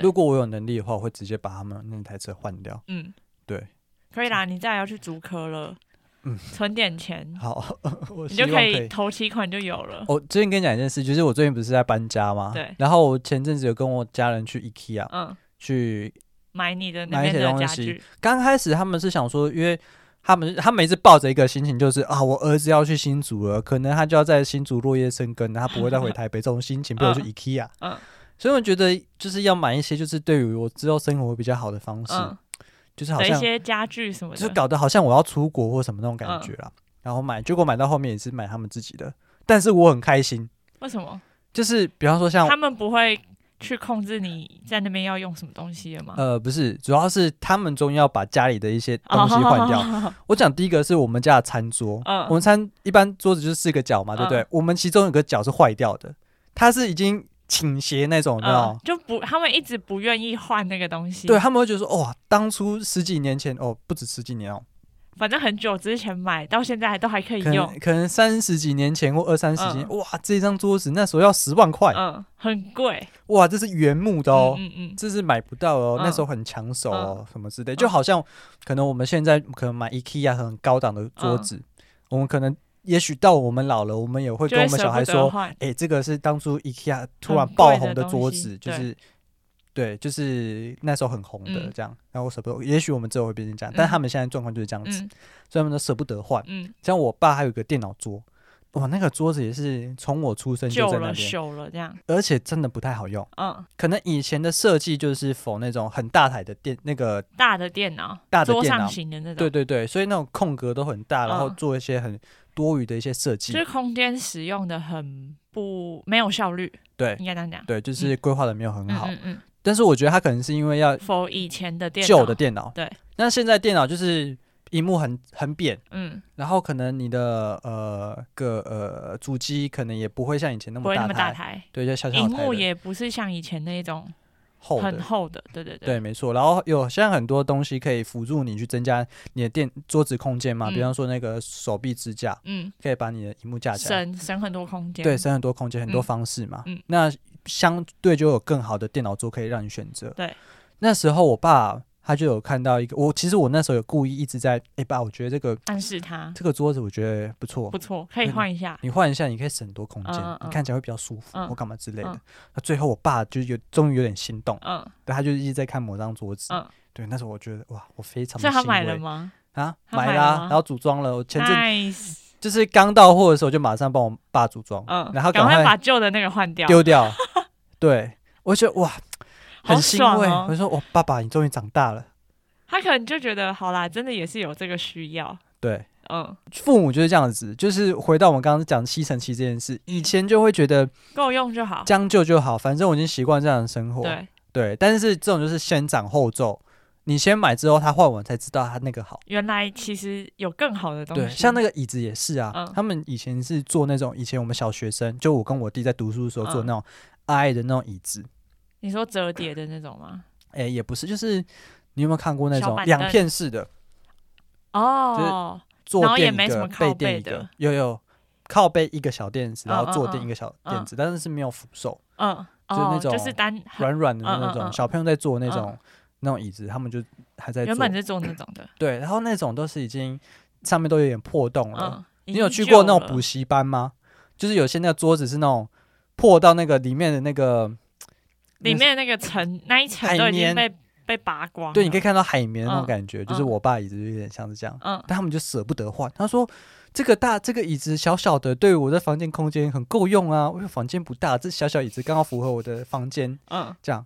[SPEAKER 1] 如果我有能力的话，我会直接把他们那台车换掉。
[SPEAKER 2] 嗯，
[SPEAKER 1] 对，
[SPEAKER 2] 可以啦，你再也要去足科了，
[SPEAKER 1] 嗯
[SPEAKER 2] 存点钱，
[SPEAKER 1] 好， 我
[SPEAKER 2] 嗯
[SPEAKER 1] 希
[SPEAKER 2] 你就
[SPEAKER 1] 望可
[SPEAKER 2] 以。头期款就有了。
[SPEAKER 1] 我之前跟你讲一件事，就是我最近不是在搬家吗？
[SPEAKER 2] 对
[SPEAKER 1] 然后我前阵子有跟我家人去 IKEA
[SPEAKER 2] 嗯，
[SPEAKER 1] 去
[SPEAKER 2] 买你的那
[SPEAKER 1] 哦买一
[SPEAKER 2] 边
[SPEAKER 1] 些
[SPEAKER 2] 的
[SPEAKER 1] 东
[SPEAKER 2] 家
[SPEAKER 1] 西
[SPEAKER 2] 具，
[SPEAKER 1] 刚开始他们是想说，因为他们他们一直抱着一个心情，就是啊，我儿子要去新竹了，可能他就要在新竹落叶生根，他不会再回台北，这种心情不如去 IKEA。
[SPEAKER 2] 嗯
[SPEAKER 1] 所以我觉得就是要买一些，就是对于我之后生活会比较好的方式，
[SPEAKER 2] 嗯，
[SPEAKER 1] 就是好
[SPEAKER 2] 的一
[SPEAKER 1] 像
[SPEAKER 2] 些家具什么
[SPEAKER 1] 就是
[SPEAKER 2] 的，嗯
[SPEAKER 1] 搞得好像我要出国或什么那种感觉啦。然后买，结果买到后面也是买他们自己的，但是我很开心，
[SPEAKER 2] 为什么
[SPEAKER 1] 就是比方说像
[SPEAKER 2] 他们不会去控制你在那边要用什么东西了吗？
[SPEAKER 1] 呃不是，主要是他们终于要把家里的一些东西
[SPEAKER 2] 哦
[SPEAKER 1] 换掉，
[SPEAKER 2] 好好好好
[SPEAKER 1] 我讲第一个是我们家的餐桌，
[SPEAKER 2] 嗯
[SPEAKER 1] 我们餐一般桌子就是四个角嘛，对不对？
[SPEAKER 2] 嗯
[SPEAKER 1] 我们其中有个角是坏掉的，它是已经倾斜那种，你知道
[SPEAKER 2] 嗯
[SPEAKER 1] 吗，？
[SPEAKER 2] 就不，他们一直不愿意换那个东西。
[SPEAKER 1] 对啊他们会觉得说，哇，当初十几年前，哦，不止十几年哦，
[SPEAKER 2] 反正很久之前买到现在还都还可以
[SPEAKER 1] 可
[SPEAKER 2] 用
[SPEAKER 1] 能，可能三十几年前或二三十几年，
[SPEAKER 2] 嗯
[SPEAKER 1] 哇，这张桌子那时候要十万块，
[SPEAKER 2] 嗯，很贵
[SPEAKER 1] 哇，这是原木的哦。
[SPEAKER 2] 嗯嗯
[SPEAKER 1] 这是买不到哦，
[SPEAKER 2] 嗯
[SPEAKER 1] 那时候很抢手哦，什么之类，就好像可能我们现在可能买 IKEA 很高档的桌
[SPEAKER 2] 嗯
[SPEAKER 1] 子，我们可能也许到我们老了，我们也会
[SPEAKER 2] 嗯，就
[SPEAKER 1] 跟
[SPEAKER 2] 会
[SPEAKER 1] 我们
[SPEAKER 2] 舍
[SPEAKER 1] 小
[SPEAKER 2] 不
[SPEAKER 1] 孩
[SPEAKER 2] 得
[SPEAKER 1] 说，
[SPEAKER 2] 换，
[SPEAKER 1] 哎、这个是当初 IKEA 突
[SPEAKER 2] 很
[SPEAKER 1] 然爆
[SPEAKER 2] 贵的
[SPEAKER 1] 红的
[SPEAKER 2] 东
[SPEAKER 1] 桌
[SPEAKER 2] 西
[SPEAKER 1] 子，就
[SPEAKER 2] 对
[SPEAKER 1] 是对，就是那时候很红的
[SPEAKER 2] 嗯
[SPEAKER 1] 这样。然后我舍不得，也许我们之后会变成这样，但
[SPEAKER 2] 嗯
[SPEAKER 1] 他们现在状况就是这样子，
[SPEAKER 2] 嗯
[SPEAKER 1] 所以他们都舍不得换。
[SPEAKER 2] 嗯，
[SPEAKER 1] 像我爸还有一个电脑桌，哇，那个桌子也是从我出生就
[SPEAKER 2] 旧
[SPEAKER 1] 在那
[SPEAKER 2] 了
[SPEAKER 1] 边，
[SPEAKER 2] 朽了这样，
[SPEAKER 1] 而且真的不太好用。
[SPEAKER 2] 嗯，
[SPEAKER 1] 可能以前的设计就是否那种很大台的电那个。
[SPEAKER 2] 大的电脑，
[SPEAKER 1] 大的
[SPEAKER 2] 桌
[SPEAKER 1] 电
[SPEAKER 2] 上
[SPEAKER 1] 脑，
[SPEAKER 2] 型的那种，
[SPEAKER 1] 对对对，所以那种空格都很大，然后
[SPEAKER 2] 嗯
[SPEAKER 1] 做一些很多余的一些设计
[SPEAKER 2] 就，是空间使用的很不没有效率，
[SPEAKER 1] 对
[SPEAKER 2] 应该这样讲，
[SPEAKER 1] 对，就是规划的没有很
[SPEAKER 2] 嗯
[SPEAKER 1] 好。
[SPEAKER 2] 嗯嗯
[SPEAKER 1] 但是我觉得他可能是因为要
[SPEAKER 2] 嗯，否以前的电脑，
[SPEAKER 1] 旧的电脑。
[SPEAKER 2] 对，
[SPEAKER 1] 那现在电脑就是荧幕很很扁，
[SPEAKER 2] 嗯，
[SPEAKER 1] 然后可能你的呃个呃主机可能也不会像以前那
[SPEAKER 2] 不
[SPEAKER 1] 么
[SPEAKER 2] 会
[SPEAKER 1] 大
[SPEAKER 2] 那
[SPEAKER 1] 台，
[SPEAKER 2] 么大台，
[SPEAKER 1] 对，就小小
[SPEAKER 2] 荧
[SPEAKER 1] 台
[SPEAKER 2] 幕
[SPEAKER 1] 的
[SPEAKER 2] 也不是像以前那种
[SPEAKER 1] 厚
[SPEAKER 2] 很
[SPEAKER 1] 的。
[SPEAKER 2] 厚的，对对对，
[SPEAKER 1] 对，没错。然后有现在很多东西可以辅助你去增加你的电桌子空间嘛，比
[SPEAKER 2] 嗯
[SPEAKER 1] 方说那个手臂支架，
[SPEAKER 2] 嗯，
[SPEAKER 1] 可以把你的荧幕架起来，
[SPEAKER 2] 省省很多空间，
[SPEAKER 1] 对，省很多空间，很多
[SPEAKER 2] 嗯
[SPEAKER 1] 方式嘛。
[SPEAKER 2] 嗯
[SPEAKER 1] 那相对就有更好的电脑桌可以让你选择。
[SPEAKER 2] 对，
[SPEAKER 1] 那时候我爸他就有看到一个，我其实我那时候有故意一直在，哎、爸，我觉得这个
[SPEAKER 2] 暗示他
[SPEAKER 1] 这个桌子我觉得不错
[SPEAKER 2] 不，错，可以换一下，
[SPEAKER 1] 你换一下，你可以省很多空间，
[SPEAKER 2] 嗯嗯嗯
[SPEAKER 1] 你看起来会比较舒服，
[SPEAKER 2] 嗯
[SPEAKER 1] 或干嘛之类的。
[SPEAKER 2] 嗯
[SPEAKER 1] 那最后我爸就有终于有点心动，
[SPEAKER 2] 嗯，
[SPEAKER 1] 对他就一直在看某张桌子。
[SPEAKER 2] 嗯
[SPEAKER 1] 对，那时候我觉得哇，我非常
[SPEAKER 2] 所
[SPEAKER 1] 的
[SPEAKER 2] 以他
[SPEAKER 1] 欣
[SPEAKER 2] 买了
[SPEAKER 1] 慰
[SPEAKER 2] 吗
[SPEAKER 1] 啊，
[SPEAKER 2] 他
[SPEAKER 1] 买
[SPEAKER 2] 买
[SPEAKER 1] 啦、
[SPEAKER 2] 了吗
[SPEAKER 1] 然后组装了。我前阵
[SPEAKER 2] ？Nice，
[SPEAKER 1] 就是刚到货的时候，就马上帮我爸组装，
[SPEAKER 2] 嗯，
[SPEAKER 1] 然后
[SPEAKER 2] 赶
[SPEAKER 1] 快
[SPEAKER 2] 把旧的那个换掉，
[SPEAKER 1] 丢 掉。对，我觉得哇，
[SPEAKER 2] 好
[SPEAKER 1] 很欣慰。
[SPEAKER 2] 爽哦
[SPEAKER 1] 我说我爸爸，你终于长大了。
[SPEAKER 2] 他可能就觉得好啦，真的也是有这个需要，
[SPEAKER 1] 对，
[SPEAKER 2] 嗯，
[SPEAKER 1] 父母就是这样子，就是回到我们刚刚讲吸尘器这件事，以前就会觉得
[SPEAKER 2] 够用就好。
[SPEAKER 1] 将就就好，反正我已经习惯这样的生活。
[SPEAKER 2] 对，
[SPEAKER 1] 对，但是这种就是先斩后奏，你先买之后，他换完才知道他那个好。
[SPEAKER 2] 原来其实有更好的东西。
[SPEAKER 1] 对，像那个椅子也是啊，
[SPEAKER 2] 嗯
[SPEAKER 1] 他们以前是做那种以前我们小学生，就我跟我弟在读书的时候
[SPEAKER 2] 嗯
[SPEAKER 1] 做那种矮的那种椅子，
[SPEAKER 2] 你说折叠的那种吗？
[SPEAKER 1] 哎、也不是，就是你有没有看过那
[SPEAKER 2] 小
[SPEAKER 1] 种
[SPEAKER 2] 板凳
[SPEAKER 1] 两片式的
[SPEAKER 2] 哦，
[SPEAKER 1] 坐
[SPEAKER 2] 然后也
[SPEAKER 1] 垫
[SPEAKER 2] 没
[SPEAKER 1] 一
[SPEAKER 2] 什
[SPEAKER 1] 个
[SPEAKER 2] 么，靠
[SPEAKER 1] 背
[SPEAKER 2] 背
[SPEAKER 1] 垫一
[SPEAKER 2] 的
[SPEAKER 1] 个，有有靠背一个小垫子，然
[SPEAKER 2] 嗯
[SPEAKER 1] 后坐
[SPEAKER 2] 嗯
[SPEAKER 1] 垫
[SPEAKER 2] 嗯
[SPEAKER 1] 一个小
[SPEAKER 2] 嗯
[SPEAKER 1] 垫子，但是是没有扶手，
[SPEAKER 2] 嗯，
[SPEAKER 1] 是那
[SPEAKER 2] 哦，
[SPEAKER 1] 种
[SPEAKER 2] 就是单
[SPEAKER 1] 软软的那
[SPEAKER 2] 嗯嗯
[SPEAKER 1] 种，
[SPEAKER 2] 嗯
[SPEAKER 1] 小朋友在坐那
[SPEAKER 2] 嗯
[SPEAKER 1] 种那种椅子，他们就还在
[SPEAKER 2] 原
[SPEAKER 1] 坐，
[SPEAKER 2] 本是做那种的。
[SPEAKER 1] 对，然后那种都是已经上面都有点破洞了。
[SPEAKER 2] 嗯，
[SPEAKER 1] 你有去过那种补
[SPEAKER 2] 补？
[SPEAKER 1] 习班吗？就是有些那个桌子是那种破到那个里面的那个
[SPEAKER 2] 里面那个层那一层
[SPEAKER 1] 海
[SPEAKER 2] 都已
[SPEAKER 1] 绵
[SPEAKER 2] 经被被拔光了。
[SPEAKER 1] 对，你可以看到海绵的那种
[SPEAKER 2] 嗯
[SPEAKER 1] 感觉，就是
[SPEAKER 2] 嗯
[SPEAKER 1] 我爸椅子就有点像是这样，
[SPEAKER 2] 嗯，
[SPEAKER 1] 但他们就舍不得换。他说这个大这个椅子小小的，对我的房间空间很够用啊，我房间不大，这小小椅子刚好符合我的房间
[SPEAKER 2] 嗯
[SPEAKER 1] 这样。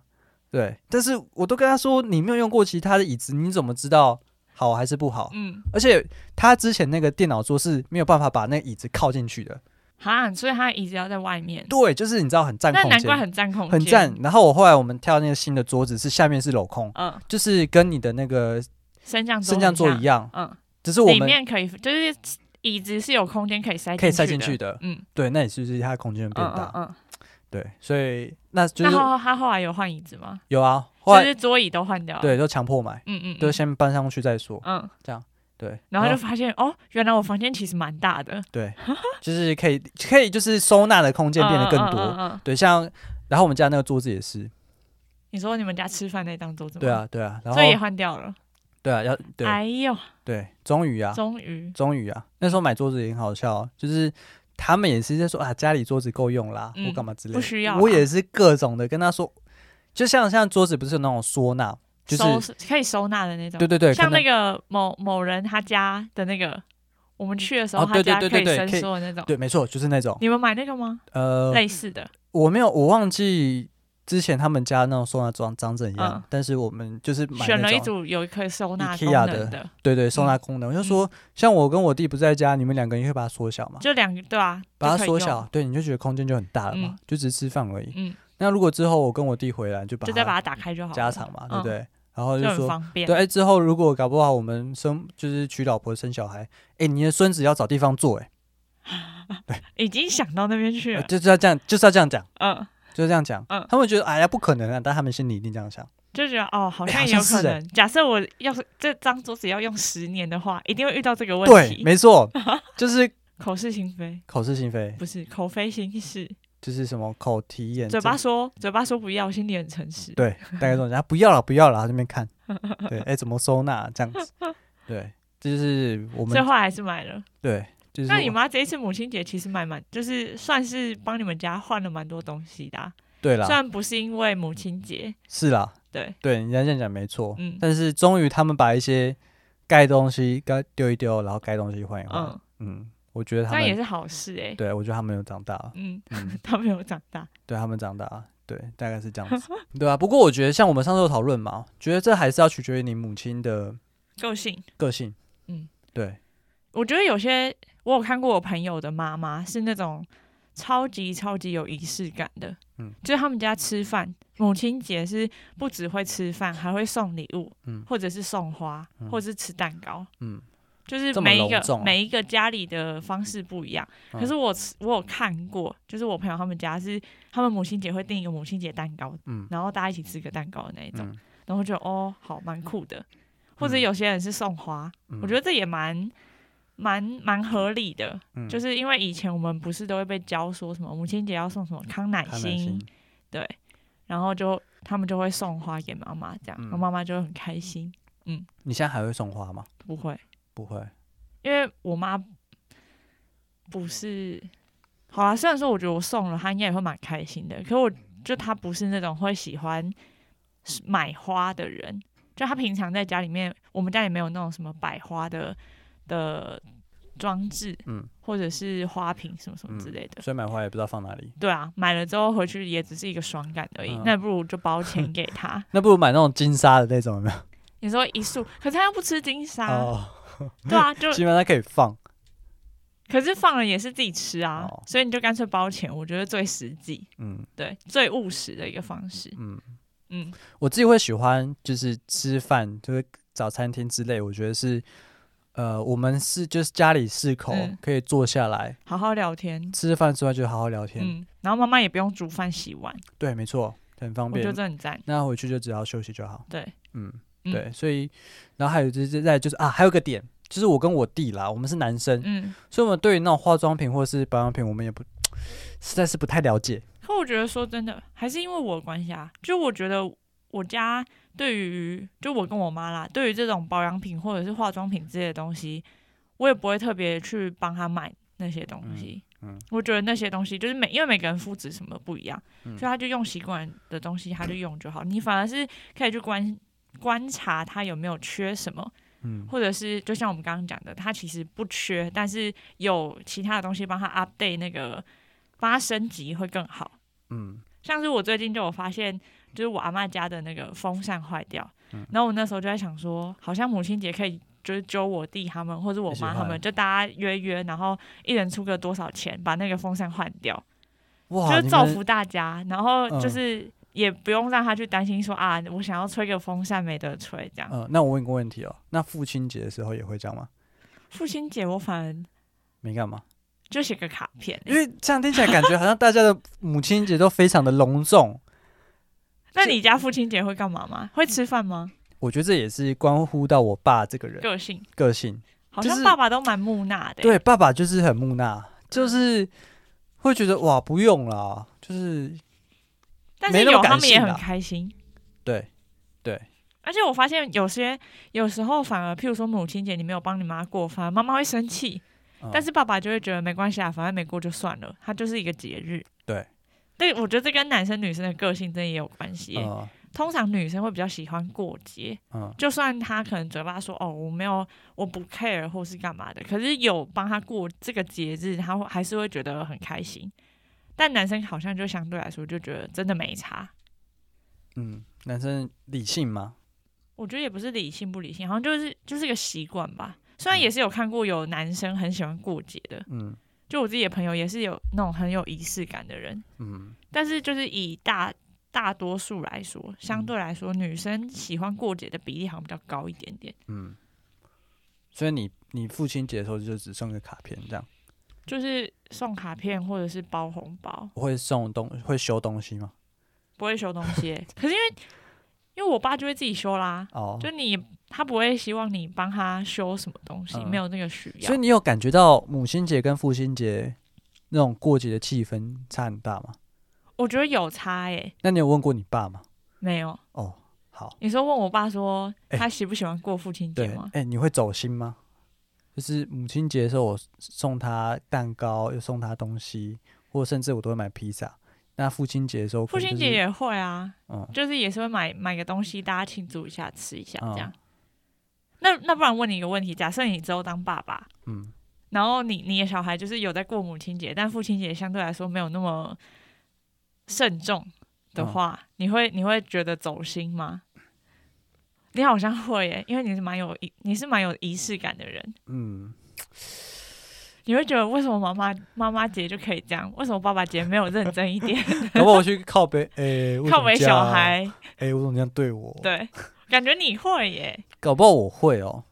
[SPEAKER 1] 对，但是我都跟他说你没有用过其他的椅子，你怎么知道好还是不好？
[SPEAKER 2] 嗯，
[SPEAKER 1] 而且他之前那个电脑桌是没有办法把那个椅子靠进去的，
[SPEAKER 2] 哈，所以它椅子要在外面，
[SPEAKER 1] 对，就是你知道很占
[SPEAKER 2] 那
[SPEAKER 1] 空
[SPEAKER 2] 难
[SPEAKER 1] 间
[SPEAKER 2] 怪。很占空间，
[SPEAKER 1] 很赞。然后我后来我们跳那个新的桌子，是下面是镂空，
[SPEAKER 2] 嗯，
[SPEAKER 1] 就是跟你的那个
[SPEAKER 2] 升降桌
[SPEAKER 1] 升降桌一
[SPEAKER 2] 样，
[SPEAKER 1] 样，
[SPEAKER 2] 嗯，
[SPEAKER 1] 只是我
[SPEAKER 2] 里
[SPEAKER 1] 们
[SPEAKER 2] 面可以就是椅子是有空间可以塞
[SPEAKER 1] 可以塞进去
[SPEAKER 2] 去的，
[SPEAKER 1] 的。
[SPEAKER 2] 嗯
[SPEAKER 1] 对，那也是就是它的空间变
[SPEAKER 2] 嗯
[SPEAKER 1] 大
[SPEAKER 2] 嗯。嗯。
[SPEAKER 1] 对，所以那就
[SPEAKER 2] 那
[SPEAKER 1] 是
[SPEAKER 2] 后他后来有换椅子吗？
[SPEAKER 1] 有啊，后
[SPEAKER 2] 就
[SPEAKER 1] 来
[SPEAKER 2] 是桌椅都换掉了。，
[SPEAKER 1] 对就强迫买，
[SPEAKER 2] 嗯嗯，
[SPEAKER 1] 就
[SPEAKER 2] 嗯
[SPEAKER 1] 先搬上去再说。
[SPEAKER 2] 嗯，
[SPEAKER 1] 对，
[SPEAKER 2] 然后就发现哦，原来我房间其实蛮大的，
[SPEAKER 1] 对，就是可以可以就是收纳的空间变得更
[SPEAKER 2] 嗯嗯
[SPEAKER 1] 多。
[SPEAKER 2] 嗯嗯嗯
[SPEAKER 1] 对，像然后我们家那个桌子也是，
[SPEAKER 2] 你说你们家吃饭那张桌子吗？
[SPEAKER 1] 对，啊对啊，然后
[SPEAKER 2] 嗯所以也换掉了。
[SPEAKER 1] 对啊要对
[SPEAKER 2] 哎呦，
[SPEAKER 1] 对，终于啊
[SPEAKER 2] 终于，
[SPEAKER 1] 终于啊，那时候买桌子也很好笑哦，就是他们也是在说啊，家里桌子够用啦，
[SPEAKER 2] 嗯
[SPEAKER 1] 或干嘛之类的。
[SPEAKER 2] 不需要啦
[SPEAKER 1] 我也是各种的跟他说，就像像桌子不是有那种收纳，就是
[SPEAKER 2] 收拾可以收纳的那种
[SPEAKER 1] 对。对对，
[SPEAKER 2] 像
[SPEAKER 1] 可能
[SPEAKER 2] 那个某某人他家的那个，我们去的时候
[SPEAKER 1] 哦
[SPEAKER 2] 他
[SPEAKER 1] 对对
[SPEAKER 2] 家
[SPEAKER 1] 对
[SPEAKER 2] 可以
[SPEAKER 1] 对对
[SPEAKER 2] 伸
[SPEAKER 1] 可以
[SPEAKER 2] 缩的那种。
[SPEAKER 1] 对，没错，就是那种
[SPEAKER 2] 你们买那个吗？
[SPEAKER 1] 呃，
[SPEAKER 2] 类似的，
[SPEAKER 1] 我没有，我忘记之前他们家那种收纳装长怎样，
[SPEAKER 2] 嗯
[SPEAKER 1] 但是我们就是买
[SPEAKER 2] 选
[SPEAKER 1] 那
[SPEAKER 2] 了一
[SPEAKER 1] 种
[SPEAKER 2] 组嗯有可以收纳功
[SPEAKER 1] IKEA
[SPEAKER 2] 能的，
[SPEAKER 1] 对对收纳功能，我就说像我跟我弟不在家，你们两个人会把它缩小嘛，
[SPEAKER 2] 就两个对啊，
[SPEAKER 1] 把
[SPEAKER 2] 就
[SPEAKER 1] 它
[SPEAKER 2] 可以
[SPEAKER 1] 缩
[SPEAKER 2] 用
[SPEAKER 1] 小，，对，你就觉得空间就很大了嘛，
[SPEAKER 2] 嗯
[SPEAKER 1] 就只是吃饭而已。
[SPEAKER 2] 嗯，
[SPEAKER 1] 那如果之后我跟我弟回来，就把
[SPEAKER 2] 就再把它打开就好了，
[SPEAKER 1] 家常嘛，对不
[SPEAKER 2] 嗯？
[SPEAKER 1] 对？然后就
[SPEAKER 2] 就很
[SPEAKER 1] 说，
[SPEAKER 2] 方便，
[SPEAKER 1] 对，哎，之后如果搞不好我们生就是娶老婆生小孩，哎，你的孙子要找地方坐，哎，
[SPEAKER 2] 已经想到那边去
[SPEAKER 1] 呃
[SPEAKER 2] 了，
[SPEAKER 1] 就是要这样，就是要这样讲，
[SPEAKER 2] 嗯，
[SPEAKER 1] 就是这样讲。
[SPEAKER 2] 嗯
[SPEAKER 1] 他们觉得哎呀不可能啊，但他们心里一定这样想。
[SPEAKER 2] 就觉得哦，好
[SPEAKER 1] 哎
[SPEAKER 2] 像
[SPEAKER 1] 好
[SPEAKER 2] 也
[SPEAKER 1] 像
[SPEAKER 2] 有可
[SPEAKER 1] 是哎
[SPEAKER 2] 能。假设我要是这张桌子要用十年的话，一定会遇到这个问
[SPEAKER 1] 对，
[SPEAKER 2] 题。
[SPEAKER 1] 没 错，就是
[SPEAKER 2] 口是心非，
[SPEAKER 1] 口是心非，
[SPEAKER 2] 不是口非心是，
[SPEAKER 1] 就是什么口提眼
[SPEAKER 2] 嘴
[SPEAKER 1] 正，
[SPEAKER 2] 巴说嘴巴说不要，心里很诚实。
[SPEAKER 1] 对，大概这种讲，啊不要了，不要了，他这边看，对，哎，怎么收纳这样子？对，这就是我
[SPEAKER 2] 最
[SPEAKER 1] 们
[SPEAKER 2] 后来还是买了。
[SPEAKER 1] 对，就是
[SPEAKER 2] 那你
[SPEAKER 1] 我
[SPEAKER 2] 妈这一次母亲节其实买蛮，就是算是帮你们家换了蛮多东西的啊、
[SPEAKER 1] 对
[SPEAKER 2] 虽
[SPEAKER 1] 啦，
[SPEAKER 2] 然不是因为母亲节，
[SPEAKER 1] 是啦，
[SPEAKER 2] 对，
[SPEAKER 1] 对，人家这样讲没错，
[SPEAKER 2] 嗯
[SPEAKER 1] 但是终于他们把一些该东西该丢一丢，然后该东西换一换，嗯
[SPEAKER 2] 嗯，
[SPEAKER 1] 我觉得他
[SPEAKER 2] 那也
[SPEAKER 1] 们，
[SPEAKER 2] 是好事哎、
[SPEAKER 1] 对我觉得他们有长大了，
[SPEAKER 2] 嗯，
[SPEAKER 1] 嗯，
[SPEAKER 2] 他没有长大，
[SPEAKER 1] 对他们长大了，对，大概是这样子，对啊。不过我觉得像我们上次有讨论嘛，觉得这还是要取决于你母亲的
[SPEAKER 2] 个性。
[SPEAKER 1] 个性，
[SPEAKER 2] 嗯，
[SPEAKER 1] 对，
[SPEAKER 2] 我觉得有些我有看过我朋友的妈妈是那种超级超级有仪式感的，
[SPEAKER 1] 嗯
[SPEAKER 2] 嗯，就是他们家吃饭，母亲节是不只会吃饭，还会送礼物，
[SPEAKER 1] 嗯
[SPEAKER 2] 或者是送花，
[SPEAKER 1] 嗯
[SPEAKER 2] 或者是吃蛋糕，
[SPEAKER 1] 嗯，
[SPEAKER 2] 就是
[SPEAKER 1] 这么
[SPEAKER 2] 每一个、
[SPEAKER 1] 隆重啊
[SPEAKER 2] 每一个家里的方式不一样。
[SPEAKER 1] 嗯
[SPEAKER 2] 可是我吃我有看过，就是我朋友他们家是他们母亲节会订一个母亲节蛋糕，
[SPEAKER 1] 嗯
[SPEAKER 2] 然后大家一起吃个蛋糕的那一种，
[SPEAKER 1] 嗯，
[SPEAKER 2] 然后就哦，好蛮酷的。或者
[SPEAKER 1] 嗯
[SPEAKER 2] 有些人是送花，我觉得这也蛮蛮蛮合理的，
[SPEAKER 1] 得
[SPEAKER 2] 就是是因为以前我们不是都会被教说什么母亲节要送什么康乃馨，对，然后就他们就会送花给妈妈，这样，然后
[SPEAKER 1] 嗯
[SPEAKER 2] 妈妈就会很开心。
[SPEAKER 1] 你现在还会送花吗？
[SPEAKER 2] 不会，
[SPEAKER 1] 不会，
[SPEAKER 2] 因为我妈不是，好啦，虽然说我觉得我送了她应该也会蛮开心的，可我就她不是那种会喜欢买花的人，就她平常在家里面，我们家也没有那种什么摆花的的装置，
[SPEAKER 1] 嗯
[SPEAKER 2] 或者是花瓶什么什么之
[SPEAKER 1] 嗯
[SPEAKER 2] 类的。
[SPEAKER 1] 所以买花也不知道放哪里，
[SPEAKER 2] 对啊，买了之后回去也只是一个爽感而已，
[SPEAKER 1] 嗯
[SPEAKER 2] 那不如就
[SPEAKER 1] 。
[SPEAKER 2] 包钱给她
[SPEAKER 1] 那不如买那种金沙的那种，有没有？
[SPEAKER 2] 你说一束，可是她又不吃金沙，
[SPEAKER 1] 哦，
[SPEAKER 2] 对 啊，就
[SPEAKER 1] 基本上可以放。
[SPEAKER 2] 可是放了也是自己吃啊，
[SPEAKER 1] 哦
[SPEAKER 2] 所以你就干脆包钱，我觉得最实际，
[SPEAKER 1] 嗯
[SPEAKER 2] 对，最务实的一个方式。
[SPEAKER 1] 嗯，
[SPEAKER 2] 嗯，
[SPEAKER 1] 我自己会喜欢就是吃饭，就是早餐厅之类，我觉得是。呃，我们是就是家里四口
[SPEAKER 2] 嗯
[SPEAKER 1] 可以坐下来、
[SPEAKER 2] 好好聊天，
[SPEAKER 1] 吃饭之外就好好聊天，
[SPEAKER 2] 嗯，然后妈妈也不用煮饭洗碗，
[SPEAKER 1] 对，没错，很方
[SPEAKER 2] 我觉得
[SPEAKER 1] 便。
[SPEAKER 2] 这很赞。
[SPEAKER 1] 那回去就只要休息就好。
[SPEAKER 2] 对，
[SPEAKER 1] 嗯，
[SPEAKER 2] 嗯
[SPEAKER 1] 对，，所以然后还有就是在就是啊，还有个点就是我跟我弟啦，我们是男生，
[SPEAKER 2] 嗯，
[SPEAKER 1] 所以我们对于那种化妆品或是保养品，我们也不实在是不太了解。
[SPEAKER 2] 可我觉得说真的，还是因为我的关系啊，就我觉得我家对于就我跟我妈啦，对于这种保养品或者是化妆品之类的东西，我也不会特别去帮她买那些东西。
[SPEAKER 1] 嗯嗯
[SPEAKER 2] 我觉得那些东西就是每因为每个人肤质什么不一样，
[SPEAKER 1] 嗯
[SPEAKER 2] 所以他就用习惯的东西他就用就好，你反而是可以去观观察他有没有缺什么，
[SPEAKER 1] 嗯
[SPEAKER 2] 或者是就像我们刚刚讲的，他其实不缺，但是有其他的东西帮他 update 那个，帮他升级会更好。
[SPEAKER 1] 嗯
[SPEAKER 2] 像是我最近就有发现，就是我阿嬷家的那个风扇坏掉，
[SPEAKER 1] 嗯
[SPEAKER 2] 然后我那时候就在想说，好像母亲节可以就是揪我弟他们或者我
[SPEAKER 1] 一起
[SPEAKER 2] 妈他们，
[SPEAKER 1] 换
[SPEAKER 2] 就大家约约，然后一人出个多少钱把那个风扇换掉，
[SPEAKER 1] 哇，
[SPEAKER 2] 就是
[SPEAKER 1] 你
[SPEAKER 2] 造
[SPEAKER 1] 们
[SPEAKER 2] 福大家，然后
[SPEAKER 1] 嗯
[SPEAKER 2] 就是也不用让他去担心说啊，我想要吹个风扇没得吹这样。
[SPEAKER 1] 呃，那我问一个问题哦，那父亲节的时候也会这样吗？
[SPEAKER 2] 父亲节我反而
[SPEAKER 1] 没干嘛？
[SPEAKER 2] 就写个卡片、
[SPEAKER 1] 因为这样听起来感觉好像大家的母亲节都非常的隆重，
[SPEAKER 2] 那你家父亲节会干嘛吗？会吃饭吗？
[SPEAKER 1] 我觉得这也是关乎到我爸这个人
[SPEAKER 2] 个性
[SPEAKER 1] 个性。
[SPEAKER 2] 好
[SPEAKER 1] 就
[SPEAKER 2] 像
[SPEAKER 1] 是
[SPEAKER 2] 爸爸都蛮木讷的、
[SPEAKER 1] 对，爸爸就是很木讷，就是会觉得哇不用啦，就是
[SPEAKER 2] 但
[SPEAKER 1] 没
[SPEAKER 2] 是
[SPEAKER 1] 那么
[SPEAKER 2] 有他
[SPEAKER 1] 感
[SPEAKER 2] 们也
[SPEAKER 1] 性
[SPEAKER 2] 很
[SPEAKER 1] 啊
[SPEAKER 2] 开心。
[SPEAKER 1] 对对，
[SPEAKER 2] 而且我发现有些有时候反而，譬如说母亲节你没有帮你妈过，反而妈妈会生气，
[SPEAKER 1] 嗯
[SPEAKER 2] 但是爸爸就会觉得没关系啊，反正没过就算了，它就是一个节日。
[SPEAKER 1] 对。
[SPEAKER 2] 对，我觉得这跟男生女生的个性真的也有关系耶、
[SPEAKER 1] 嗯
[SPEAKER 2] 通常女生会比较喜欢过节，
[SPEAKER 1] 嗯
[SPEAKER 2] 就算她可能嘴巴说哦我没有我不 care 或是干嘛的，可是有帮她过这个节日，她会还是会觉得很开心。但男生好像就相对来说就觉得真的没差，
[SPEAKER 1] 嗯，男生理性吗？
[SPEAKER 2] 我觉得也不是理性不理性，好像就是就是个习惯吧。虽然也是有看过有男生很喜欢过节的，
[SPEAKER 1] 嗯
[SPEAKER 2] 就我自己的朋友也是有那种很有仪式感的人，
[SPEAKER 1] 嗯
[SPEAKER 2] 但是就是以大大多数来说，
[SPEAKER 1] 嗯
[SPEAKER 2] 相对来说女生喜欢过节的比例好像比较高一点点。
[SPEAKER 1] 嗯，所以你你父亲节的时候就只送个卡片这样，
[SPEAKER 2] 就是送卡片或者是包红包，
[SPEAKER 1] 会送东会修东西吗？
[SPEAKER 2] 不会修东西耶。 可是因为因为我爸就会自己修啦，
[SPEAKER 1] 哦，
[SPEAKER 2] 就你他不会希望你帮他修什么东西，
[SPEAKER 1] 嗯
[SPEAKER 2] 没有那个需要
[SPEAKER 1] 所以。你有感觉到母亲节跟父亲节那种过节的气氛差很大吗？
[SPEAKER 2] 我觉得有差耶、
[SPEAKER 1] 那你有问过你爸吗？
[SPEAKER 2] 没有。
[SPEAKER 1] 哦，好，
[SPEAKER 2] 你说问我爸说
[SPEAKER 1] 哎
[SPEAKER 2] 他喜不喜欢过父亲节
[SPEAKER 1] 对，
[SPEAKER 2] 吗
[SPEAKER 1] 哎、？你会走心吗？就是母亲节的时候，我送她蛋糕，又送她东西，或甚至我都会买披萨。那父亲节的时候可
[SPEAKER 2] 父
[SPEAKER 1] 能就是，
[SPEAKER 2] 亲节也会啊，
[SPEAKER 1] 嗯，
[SPEAKER 2] 就是也是会买买个东西，大家庆祝一下，吃一下
[SPEAKER 1] 嗯
[SPEAKER 2] 这样。那那不然问你一个问题：假设你之后当爸爸，
[SPEAKER 1] 嗯
[SPEAKER 2] 然后你你的小孩就是有在过母亲节，但父亲节相对来说没有那么慎重的话，
[SPEAKER 1] 嗯
[SPEAKER 2] 你会你会觉得走心吗？你好像会耶，因为你是蛮有仪，你是蛮有仪式感的人。
[SPEAKER 1] 嗯，
[SPEAKER 2] 你会觉得为什么妈妈妈妈节就可以这样，为什么爸爸节没有认真一点？
[SPEAKER 1] 要不我去靠北，哎、为什
[SPEAKER 2] 靠
[SPEAKER 1] 么
[SPEAKER 2] 为
[SPEAKER 1] 这
[SPEAKER 2] 小
[SPEAKER 1] 样，
[SPEAKER 2] 孩，
[SPEAKER 1] 哎、我怎么这样对我？，
[SPEAKER 2] 对，感觉你会耶，
[SPEAKER 1] 搞不好我会哦，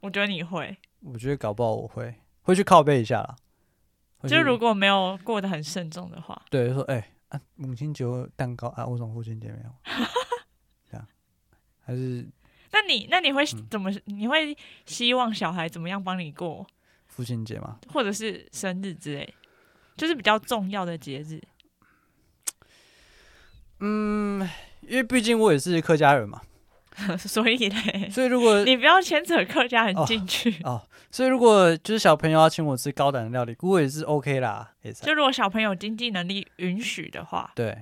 [SPEAKER 2] 我觉得你会。
[SPEAKER 1] 我觉得搞不好我会会去靠背一下啦。会
[SPEAKER 2] 就
[SPEAKER 1] 去
[SPEAKER 2] 是如果没有过得很慎重的话，
[SPEAKER 1] 对，就说哎、啊，母亲节有蛋糕啊，为什么父亲节没 有？这样还是
[SPEAKER 2] 那你那你会
[SPEAKER 1] 嗯
[SPEAKER 2] 怎么？你会希望小孩怎么样帮你过，
[SPEAKER 1] 父亲节嘛？
[SPEAKER 2] 或者是生日之类，就是比较重要的节日。
[SPEAKER 1] 嗯，因为毕竟我也是客家人嘛，
[SPEAKER 2] 所以嘞，
[SPEAKER 1] 所以如 果
[SPEAKER 2] 你不要牵扯客家人
[SPEAKER 1] 哦
[SPEAKER 2] 进去。
[SPEAKER 1] 哦，所以如果就是小朋友要请我吃高档的料理，我也是 OK 啦，也是
[SPEAKER 2] 就如果小朋友经济能力允许的话，
[SPEAKER 1] 对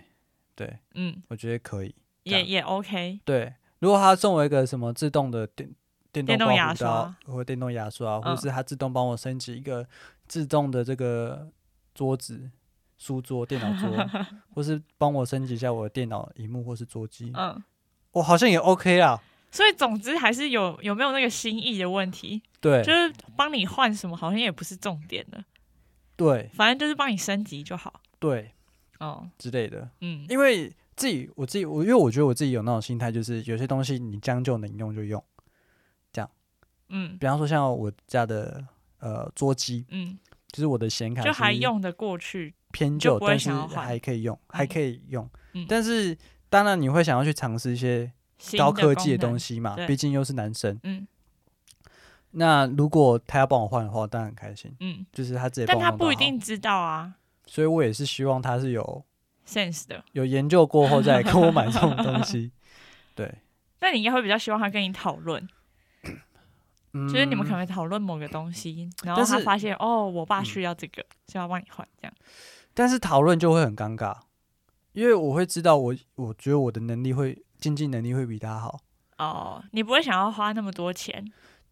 [SPEAKER 1] 对，
[SPEAKER 2] 嗯，
[SPEAKER 1] 我觉得可以。这
[SPEAKER 2] 也
[SPEAKER 1] 样
[SPEAKER 2] 也 OK。
[SPEAKER 1] 对，如果他送我一个什么自动的电电动
[SPEAKER 2] 电动
[SPEAKER 1] 刮
[SPEAKER 2] 牙
[SPEAKER 1] 胡刀或电动牙刷，或
[SPEAKER 2] 嗯
[SPEAKER 1] 是他自动帮我升级一个自动的这个桌子、书桌、电脑 桌，或是帮我升级一下我的电脑荧幕或是桌机，
[SPEAKER 2] 嗯，
[SPEAKER 1] 我好像也 OK 啦。
[SPEAKER 2] 所以总之还是有有没有那个心意的问题，
[SPEAKER 1] 对
[SPEAKER 2] 就是帮你换什么好像也不是重点了，
[SPEAKER 1] 对
[SPEAKER 2] 反正就是帮你升级就好。
[SPEAKER 1] 对
[SPEAKER 2] 哦，
[SPEAKER 1] 之类的。
[SPEAKER 2] 嗯，
[SPEAKER 1] 因为自己我自己我因为我觉得我自己有那种心态，就是有些东西你将就能用就用。
[SPEAKER 2] 嗯
[SPEAKER 1] 比方说像我家的呃桌机，
[SPEAKER 2] 嗯，
[SPEAKER 1] 就是我的显卡
[SPEAKER 2] 就还
[SPEAKER 1] 是
[SPEAKER 2] 用得过去。
[SPEAKER 1] 偏
[SPEAKER 2] 就
[SPEAKER 1] 旧，
[SPEAKER 2] 不会
[SPEAKER 1] 但是
[SPEAKER 2] 想要换
[SPEAKER 1] 还可以用，还可以用。
[SPEAKER 2] 嗯
[SPEAKER 1] 但是当然你会想要去尝试一些高科技的东
[SPEAKER 2] 西，
[SPEAKER 1] 西嘛，
[SPEAKER 2] 对
[SPEAKER 1] 毕竟又是男生。
[SPEAKER 2] 嗯
[SPEAKER 1] 那如果他要帮我换的话，当然很开心，
[SPEAKER 2] 嗯，
[SPEAKER 1] 就是他直接帮
[SPEAKER 2] 但
[SPEAKER 1] 我
[SPEAKER 2] 他
[SPEAKER 1] 弄到
[SPEAKER 2] 不一
[SPEAKER 1] 好，
[SPEAKER 2] 定知道啊
[SPEAKER 1] 所以我也是希望他是有
[SPEAKER 2] ，sense 的。
[SPEAKER 1] 有研究过后再来跟我买这种东 西。对，
[SPEAKER 2] 那你应该会比较希望他跟你讨论，
[SPEAKER 1] 嗯
[SPEAKER 2] 就是你们可能会讨论某个东西，然后
[SPEAKER 1] 但
[SPEAKER 2] 他
[SPEAKER 1] 是
[SPEAKER 2] 发现哦，我爸
[SPEAKER 1] 嗯
[SPEAKER 2] 需要这个，所以要帮你换这样。
[SPEAKER 1] 但是讨论就会很尴尬，因为我会知道我，我觉得我的能力会经济能力会比他好，
[SPEAKER 2] 哦，你不会想要花那么多钱，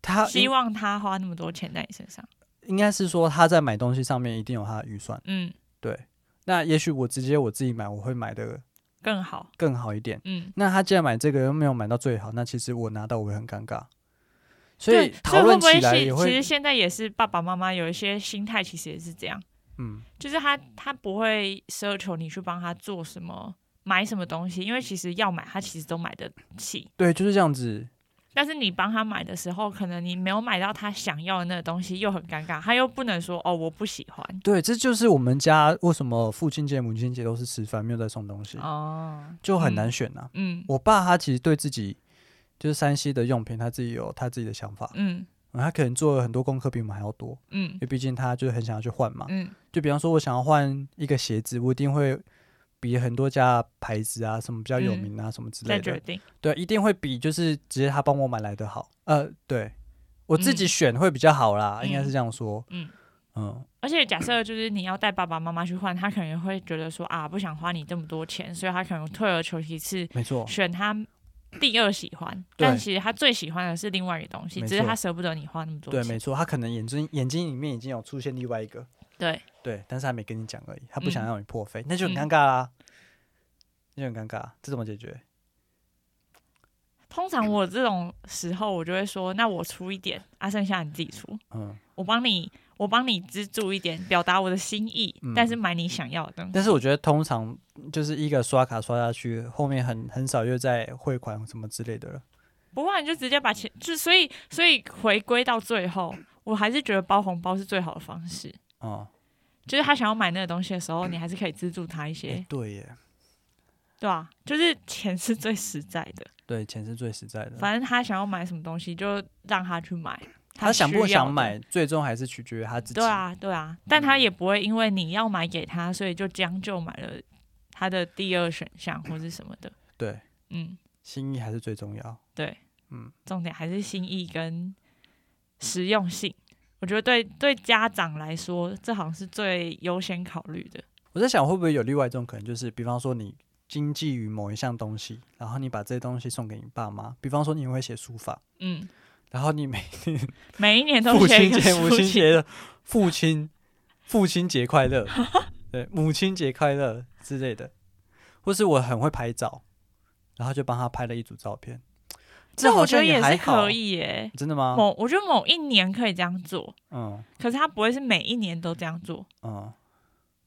[SPEAKER 1] 他
[SPEAKER 2] 希
[SPEAKER 1] 应
[SPEAKER 2] 望他花那么多钱在你身上。
[SPEAKER 1] 应该是说他在买东西上面一定有他的预算，
[SPEAKER 2] 嗯，
[SPEAKER 1] 对。那也许我直接我自己买，我会买的
[SPEAKER 2] 更好。
[SPEAKER 1] 更好一点。
[SPEAKER 2] 嗯，
[SPEAKER 1] 那他既然买这个又没有买到最好，那其实我拿到我会很尴尬，所以
[SPEAKER 2] 对
[SPEAKER 1] 讨论起来
[SPEAKER 2] 所以
[SPEAKER 1] 也
[SPEAKER 2] 会不会是，其实
[SPEAKER 1] 会，
[SPEAKER 2] 现在也是爸爸妈妈有一些心态，其实也是这样，
[SPEAKER 1] 嗯，
[SPEAKER 2] 就是他他不会奢求你去帮他做什么。买什么东西？因为其实要买，他其实都买得起。
[SPEAKER 1] 对，就是这样子，
[SPEAKER 2] 但是你帮他买的时候，可能你没有买到他想要的那个东西，又很尴尬。他又不能说哦，我不喜欢。
[SPEAKER 1] 对，这就是我们家为什么父亲节、母亲节都是吃饭，没有在送东西，
[SPEAKER 2] 哦，
[SPEAKER 1] 就很难
[SPEAKER 2] 嗯
[SPEAKER 1] 选啊。
[SPEAKER 2] 嗯
[SPEAKER 1] 我爸他其实对自己就是山西的用品，他自己有他自己的想法，
[SPEAKER 2] 嗯
[SPEAKER 1] 嗯他可能做了很多功课比我们还要多，
[SPEAKER 2] 嗯
[SPEAKER 1] 因为毕竟他就是很想要去换嘛。
[SPEAKER 2] 嗯
[SPEAKER 1] 就比方说，我想要换一个鞋子，我一定会比很多家牌子啊，什么比较
[SPEAKER 2] 嗯
[SPEAKER 1] 有名啊，什么之类
[SPEAKER 2] 再决
[SPEAKER 1] 的，
[SPEAKER 2] 定。
[SPEAKER 1] 对，一定会比就是直接他帮我买来的好。呃，对我自己
[SPEAKER 2] 嗯
[SPEAKER 1] 选会比较好啦，
[SPEAKER 2] 嗯
[SPEAKER 1] 应该是这样说。
[SPEAKER 2] 嗯，
[SPEAKER 1] 嗯，
[SPEAKER 2] 而且假设就是你要带爸爸妈妈去换，他可能会觉得说啊，不想花你这么多钱，所以他可能退而求其次，
[SPEAKER 1] 没错，
[SPEAKER 2] 选他第二喜欢，
[SPEAKER 1] 哦对
[SPEAKER 2] 但其实他最喜欢的是另外一个东西，
[SPEAKER 1] 没错
[SPEAKER 2] 只是他舍不得你花那么多
[SPEAKER 1] 对，没
[SPEAKER 2] 钱。
[SPEAKER 1] 错，他可能眼睛眼睛里面已经有出现另外一个，
[SPEAKER 2] 对，
[SPEAKER 1] 对，但是他没跟你讲而已，他不想
[SPEAKER 2] 嗯
[SPEAKER 1] 让你破费，那就很
[SPEAKER 2] 嗯
[SPEAKER 1] 尴尬啦，那就很尴尬，这怎么解决？
[SPEAKER 2] 通常我这种时候，我就会说，那我出一点，啊，剩下你自己出，
[SPEAKER 1] 嗯，
[SPEAKER 2] 我帮你，我帮你资助一点，表达我的心意，
[SPEAKER 1] 嗯
[SPEAKER 2] 但是买你想要的东西。
[SPEAKER 1] 但是我觉得通常就是一个刷卡刷下去，后面很很少又在汇款什么之类的了。
[SPEAKER 2] 不过你就直接把钱，就所以所以回归到最后，我还是觉得包红包是最好的方式。
[SPEAKER 1] 哦、
[SPEAKER 2] 就是他想要买那个东西的时候，你还是可以资助他一
[SPEAKER 1] 诶
[SPEAKER 2] 些，
[SPEAKER 1] 对耶，
[SPEAKER 2] 对啊，就是钱是最实在的。
[SPEAKER 1] 对，钱是最实在的。
[SPEAKER 2] 反正他想要买什么东西，就让他去买。
[SPEAKER 1] 他想不
[SPEAKER 2] 需要
[SPEAKER 1] 想
[SPEAKER 2] 的？
[SPEAKER 1] 买，最终还是取决于他自己。
[SPEAKER 2] 对啊，对啊，但他也不会因为你要买给他，所以就将就买了他的第二选项或是什么的。
[SPEAKER 1] 对
[SPEAKER 2] 嗯，
[SPEAKER 1] 心意还是最重要。
[SPEAKER 2] 对，
[SPEAKER 1] 嗯，
[SPEAKER 2] 重点还是心意跟实用性。我觉得对对家长来说，这好像是最优先考虑的。
[SPEAKER 1] 我在想会不会有另外一种可能，就是比方说你经济于某一项东西，然后你把这些东西送给你爸妈，比方说你会写书法，
[SPEAKER 2] 嗯，
[SPEAKER 1] 然后你每
[SPEAKER 2] 每一年 都
[SPEAKER 1] 父
[SPEAKER 2] 写一
[SPEAKER 1] 亲
[SPEAKER 2] 个
[SPEAKER 1] 节、母
[SPEAKER 2] 书
[SPEAKER 1] 亲
[SPEAKER 2] 籍
[SPEAKER 1] 节的父亲父亲节快乐， 对，母亲节快乐之类的，或是我很会拍照，然后就帮他拍了一组照片，
[SPEAKER 2] 这
[SPEAKER 1] 好
[SPEAKER 2] 我觉
[SPEAKER 1] 像
[SPEAKER 2] 得也
[SPEAKER 1] 还
[SPEAKER 2] 是
[SPEAKER 1] 好啊
[SPEAKER 2] 可，以耶、
[SPEAKER 1] 真的吗？
[SPEAKER 2] 某我觉得某一年可以这样做，
[SPEAKER 1] 嗯
[SPEAKER 2] 可是他不会是每一年都这样做。
[SPEAKER 1] 嗯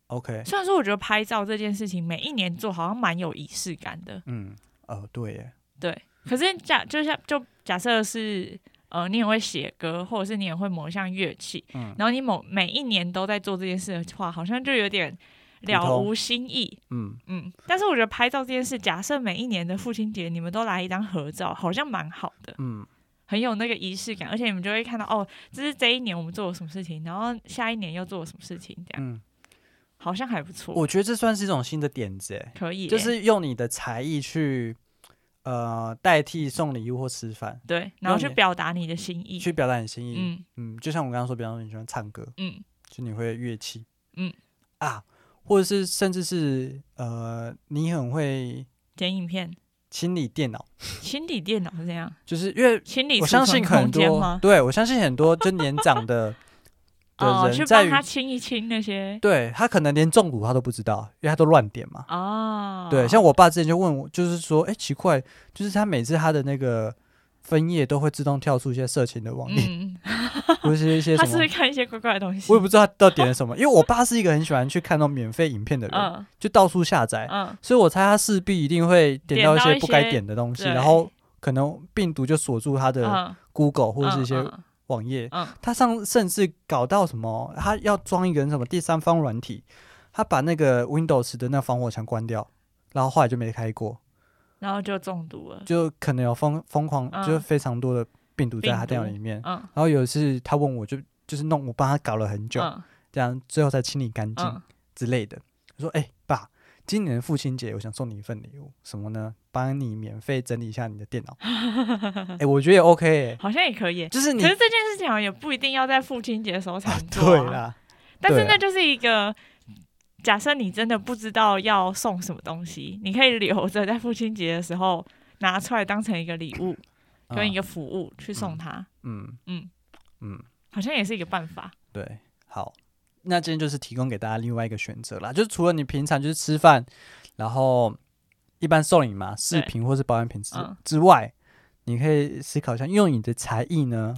[SPEAKER 1] ，OK，
[SPEAKER 2] 虽然说我觉得拍照这件事情每一年做好像蛮有仪式感的，
[SPEAKER 1] 嗯，哦，对耶，
[SPEAKER 2] 对。可是假就像就假设是呃，你也会写歌，或者是你也会某一项乐器，
[SPEAKER 1] 嗯
[SPEAKER 2] 然后你某每一年都在做这件事的话，好像就有点了无新意。
[SPEAKER 1] 嗯，
[SPEAKER 2] 嗯，但是我觉得拍照这件事，假设每一年的父亲节你们都来一张合照，好像蛮好的，
[SPEAKER 1] 嗯，
[SPEAKER 2] 很有那个仪式感，而且你们就会看到哦，这是这一年我们做了什么事情，然后下一年又做了什么事情，这样
[SPEAKER 1] 嗯，
[SPEAKER 2] 好像还不错，
[SPEAKER 1] 我觉得这算是一种新的点子，哎，
[SPEAKER 2] 可以耶、
[SPEAKER 1] 就是用你的才艺去呃代替送礼物或吃饭，
[SPEAKER 2] 对，然后去
[SPEAKER 1] 让你
[SPEAKER 2] 表达你的心意。
[SPEAKER 1] 去表达你心意。
[SPEAKER 2] 嗯
[SPEAKER 1] 嗯，就像我刚刚说，比方说你喜欢唱歌，
[SPEAKER 2] 嗯
[SPEAKER 1] 就你会乐器，
[SPEAKER 2] 嗯
[SPEAKER 1] 啊，或者是甚至是呃，你很会
[SPEAKER 2] 剪影片，
[SPEAKER 1] 清理电脑，
[SPEAKER 2] 清理电脑是这样，
[SPEAKER 1] 就是因为
[SPEAKER 2] 清理
[SPEAKER 1] 我
[SPEAKER 2] 储
[SPEAKER 1] 相
[SPEAKER 2] 存
[SPEAKER 1] 信很
[SPEAKER 2] 空间
[SPEAKER 1] 多，
[SPEAKER 2] 吗？
[SPEAKER 1] 对我相信很多就年长 的的
[SPEAKER 2] 哦，去
[SPEAKER 1] 人在
[SPEAKER 2] 帮
[SPEAKER 1] 于，
[SPEAKER 2] 他清一清那些
[SPEAKER 1] 对他可能连中毒他都不知道，因为他都乱点嘛。
[SPEAKER 2] 哦，
[SPEAKER 1] 对，像我爸之前就问我，就是说，哎、奇怪，就是他每次他的那个分页都会自动跳出一些色情的网页，
[SPEAKER 2] 嗯，
[SPEAKER 1] 或是一些
[SPEAKER 2] 他
[SPEAKER 1] 什
[SPEAKER 2] 是不
[SPEAKER 1] 么
[SPEAKER 2] 是，看一些怪怪的东西？
[SPEAKER 1] 我也不知道他到底点了什么。因为我爸是一个很喜欢去看到免费影片的人，
[SPEAKER 2] 嗯
[SPEAKER 1] 就到处下载，
[SPEAKER 2] 嗯，
[SPEAKER 1] 所以我猜他势必一定会点到一
[SPEAKER 2] 点到
[SPEAKER 1] 些
[SPEAKER 2] 一
[SPEAKER 1] 不该
[SPEAKER 2] 些
[SPEAKER 1] 点的东西，
[SPEAKER 2] 对
[SPEAKER 1] 然后可能病毒就锁住他的
[SPEAKER 2] 嗯，
[SPEAKER 1] Google 或者是一些
[SPEAKER 2] 嗯嗯
[SPEAKER 1] 网页。
[SPEAKER 2] 嗯
[SPEAKER 1] 他上甚至搞到什么，他要装一个什么第三方软体，他把那个 Windows 的那防火墙关掉，然后后来就没开过，
[SPEAKER 2] 然后就中毒了。
[SPEAKER 1] 就可能有疯疯狂，
[SPEAKER 2] 嗯
[SPEAKER 1] 就是非常多的病毒在他
[SPEAKER 2] 病
[SPEAKER 1] 电
[SPEAKER 2] 毒
[SPEAKER 1] 脑里面。
[SPEAKER 2] 嗯
[SPEAKER 1] 然后有一次他问我就就是弄我帮他搞了很久，
[SPEAKER 2] 嗯
[SPEAKER 1] 这样最后才清理干净。
[SPEAKER 2] 嗯
[SPEAKER 1] 之类的。我说：“哎、爸，今年父亲节，我想送你一份礼物，什么呢？帮你免费整理一下你的电脑。 哎、我觉得也 OK，、欸、
[SPEAKER 2] 好像也可以。
[SPEAKER 1] 就是你
[SPEAKER 2] 可是这件事情好像也不一定要在父亲节的时候才能做、
[SPEAKER 1] 对
[SPEAKER 2] 啊。
[SPEAKER 1] 啦，
[SPEAKER 2] 但
[SPEAKER 1] 对
[SPEAKER 2] 是
[SPEAKER 1] 啊
[SPEAKER 2] 那就是一个，假设你真的不知道要送什么东西，你可以留着在父亲节的时候拿出来当成一个礼物跟一
[SPEAKER 1] 个
[SPEAKER 2] 个服务去送他，
[SPEAKER 1] 嗯嗯
[SPEAKER 2] 嗯
[SPEAKER 1] 嗯，
[SPEAKER 2] 好像也是一个办法。
[SPEAKER 1] 对，好。”那今天就是提供给大家另外一个选择啦，就是除了你平常就是吃饭，然后一般送礼嘛，饰
[SPEAKER 2] 对
[SPEAKER 1] 品或是保养品之、
[SPEAKER 2] 嗯
[SPEAKER 1] 之外，你可以思考一下，用你的才艺呢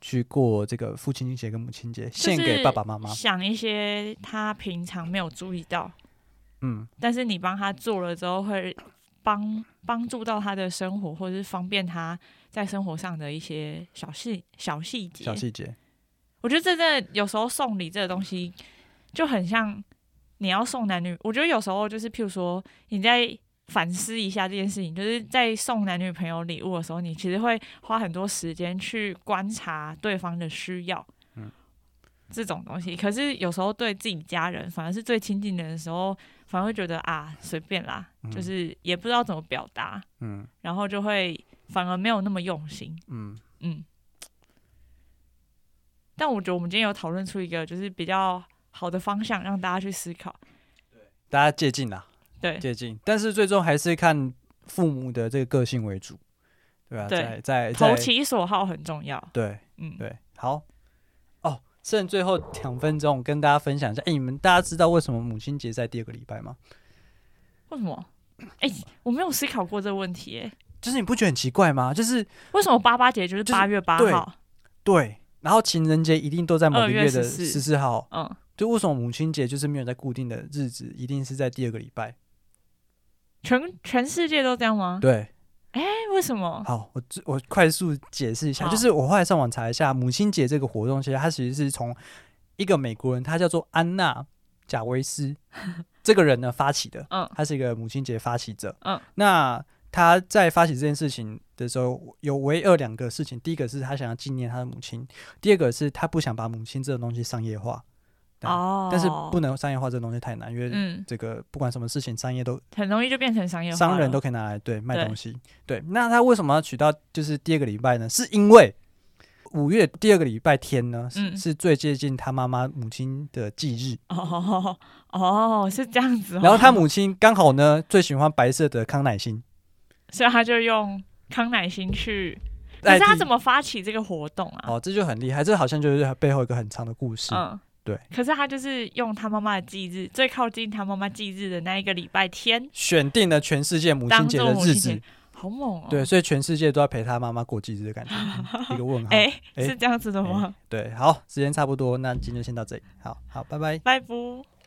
[SPEAKER 1] 去过这个父亲节跟母亲节，献给爸爸妈妈。
[SPEAKER 2] 想一些他平常没有注意到，
[SPEAKER 1] 嗯，
[SPEAKER 2] 但是你帮他做了之后会帮帮助到他的生活，或者是方便他在生活上的一些小细小细节。
[SPEAKER 1] 小细节，
[SPEAKER 2] 我觉得这真的有时候送礼这个东西就很像你要送男女，我觉得有时候就是譬如说你在反思一下这件事情，就是在送男女朋友礼物的时候，你其实会花很多时间去观察对方的需要，
[SPEAKER 1] 嗯
[SPEAKER 2] 这种东西。可是有时候对自己家人，反而是最亲近的人的时候，反而会觉得啊随便啦，
[SPEAKER 1] 嗯
[SPEAKER 2] 就是也不知道怎么表达，
[SPEAKER 1] 嗯
[SPEAKER 2] 然后就会反而没有那么用心。
[SPEAKER 1] 嗯，
[SPEAKER 2] 嗯，但我觉得我们今天有讨论出一个就是比较好的方向，让大家去思考。
[SPEAKER 1] 大家借鉴啦，
[SPEAKER 2] 对，
[SPEAKER 1] 接近，但是最终还是看父母的这个个性为主，对吧、
[SPEAKER 2] 对
[SPEAKER 1] 在在
[SPEAKER 2] 投
[SPEAKER 1] 在，
[SPEAKER 2] 其所好很重要。
[SPEAKER 1] 对
[SPEAKER 2] 嗯，
[SPEAKER 1] 对，好哦，剩最后两分钟跟大家分享一下。哎、你们大家知道为什么母亲节在第二个礼拜吗？
[SPEAKER 2] 为什么？哎、我没有思考过这个问题、哎，
[SPEAKER 1] 就是你不觉得很奇怪吗？就是
[SPEAKER 2] 为什么八八节就是
[SPEAKER 1] 就是
[SPEAKER 2] 八月八
[SPEAKER 1] 对
[SPEAKER 2] 号？
[SPEAKER 1] 对，然后情人节一定都在某
[SPEAKER 2] 2
[SPEAKER 1] 个
[SPEAKER 2] 月
[SPEAKER 1] 月的
[SPEAKER 2] 14
[SPEAKER 1] 十四号，
[SPEAKER 2] 嗯，
[SPEAKER 1] 就为什么母亲节就是没有在固定的日子，一定是在第二个礼拜？
[SPEAKER 2] 全全世界都这样吗？
[SPEAKER 1] 对，
[SPEAKER 2] 哎、为什么？
[SPEAKER 1] 好，我知我快速解释一下，
[SPEAKER 2] 好
[SPEAKER 1] 就是我后来上网查一下，母亲节这个活动，其实它其实是从一个美国人，他叫做安娜·贾维 斯这个人呢发起的，
[SPEAKER 2] 嗯
[SPEAKER 1] 他是一个母亲节发起者，
[SPEAKER 2] 嗯，
[SPEAKER 1] 那他在发起这件事情的时候，有唯二两个事情，第一个是他想要纪念他的母亲，第二个是他不想把母亲这种东西商业化，对啊
[SPEAKER 2] 哦，
[SPEAKER 1] 但是不能商业化这东西太难，因为
[SPEAKER 2] 嗯，
[SPEAKER 1] 这个不管什么事情，商业都
[SPEAKER 2] 很容易就变成商业化了。
[SPEAKER 1] 商人都可以拿来对卖
[SPEAKER 2] 对
[SPEAKER 1] 东西。对，那他为什么要取到就是第二个礼拜呢？是因为五月第二个礼拜天呢，是、
[SPEAKER 2] 嗯
[SPEAKER 1] 是最接近他妈妈母亲的忌日，
[SPEAKER 2] 哦哦，是这样子、哦。
[SPEAKER 1] 然后他，母亲刚好呢最喜欢白色的康乃馨，
[SPEAKER 2] 所以他就用康乃馨去。可
[SPEAKER 1] 代
[SPEAKER 2] 是
[SPEAKER 1] 替
[SPEAKER 2] 他怎么发起这个活动啊？
[SPEAKER 1] 哦，这就很厉害，这好像就是背后一个很长的故事。
[SPEAKER 2] 嗯，
[SPEAKER 1] 对。
[SPEAKER 2] 可是他就是用他妈妈的忌日，最靠近他妈妈忌日的那一个礼拜天，
[SPEAKER 1] 选定了全世界母亲
[SPEAKER 2] 当
[SPEAKER 1] 节
[SPEAKER 2] 做
[SPEAKER 1] 的
[SPEAKER 2] 母
[SPEAKER 1] 日
[SPEAKER 2] 亲
[SPEAKER 1] 子
[SPEAKER 2] 节，，好猛哦！
[SPEAKER 1] 对，，所以全世界都要陪他妈妈过忌日的感 觉，一个问号。
[SPEAKER 2] 哎、
[SPEAKER 1] 哎
[SPEAKER 2] 是这样子的吗？
[SPEAKER 1] 对，好，时间差不多，那今天就先到这里，好好，拜拜。
[SPEAKER 2] 拜拜。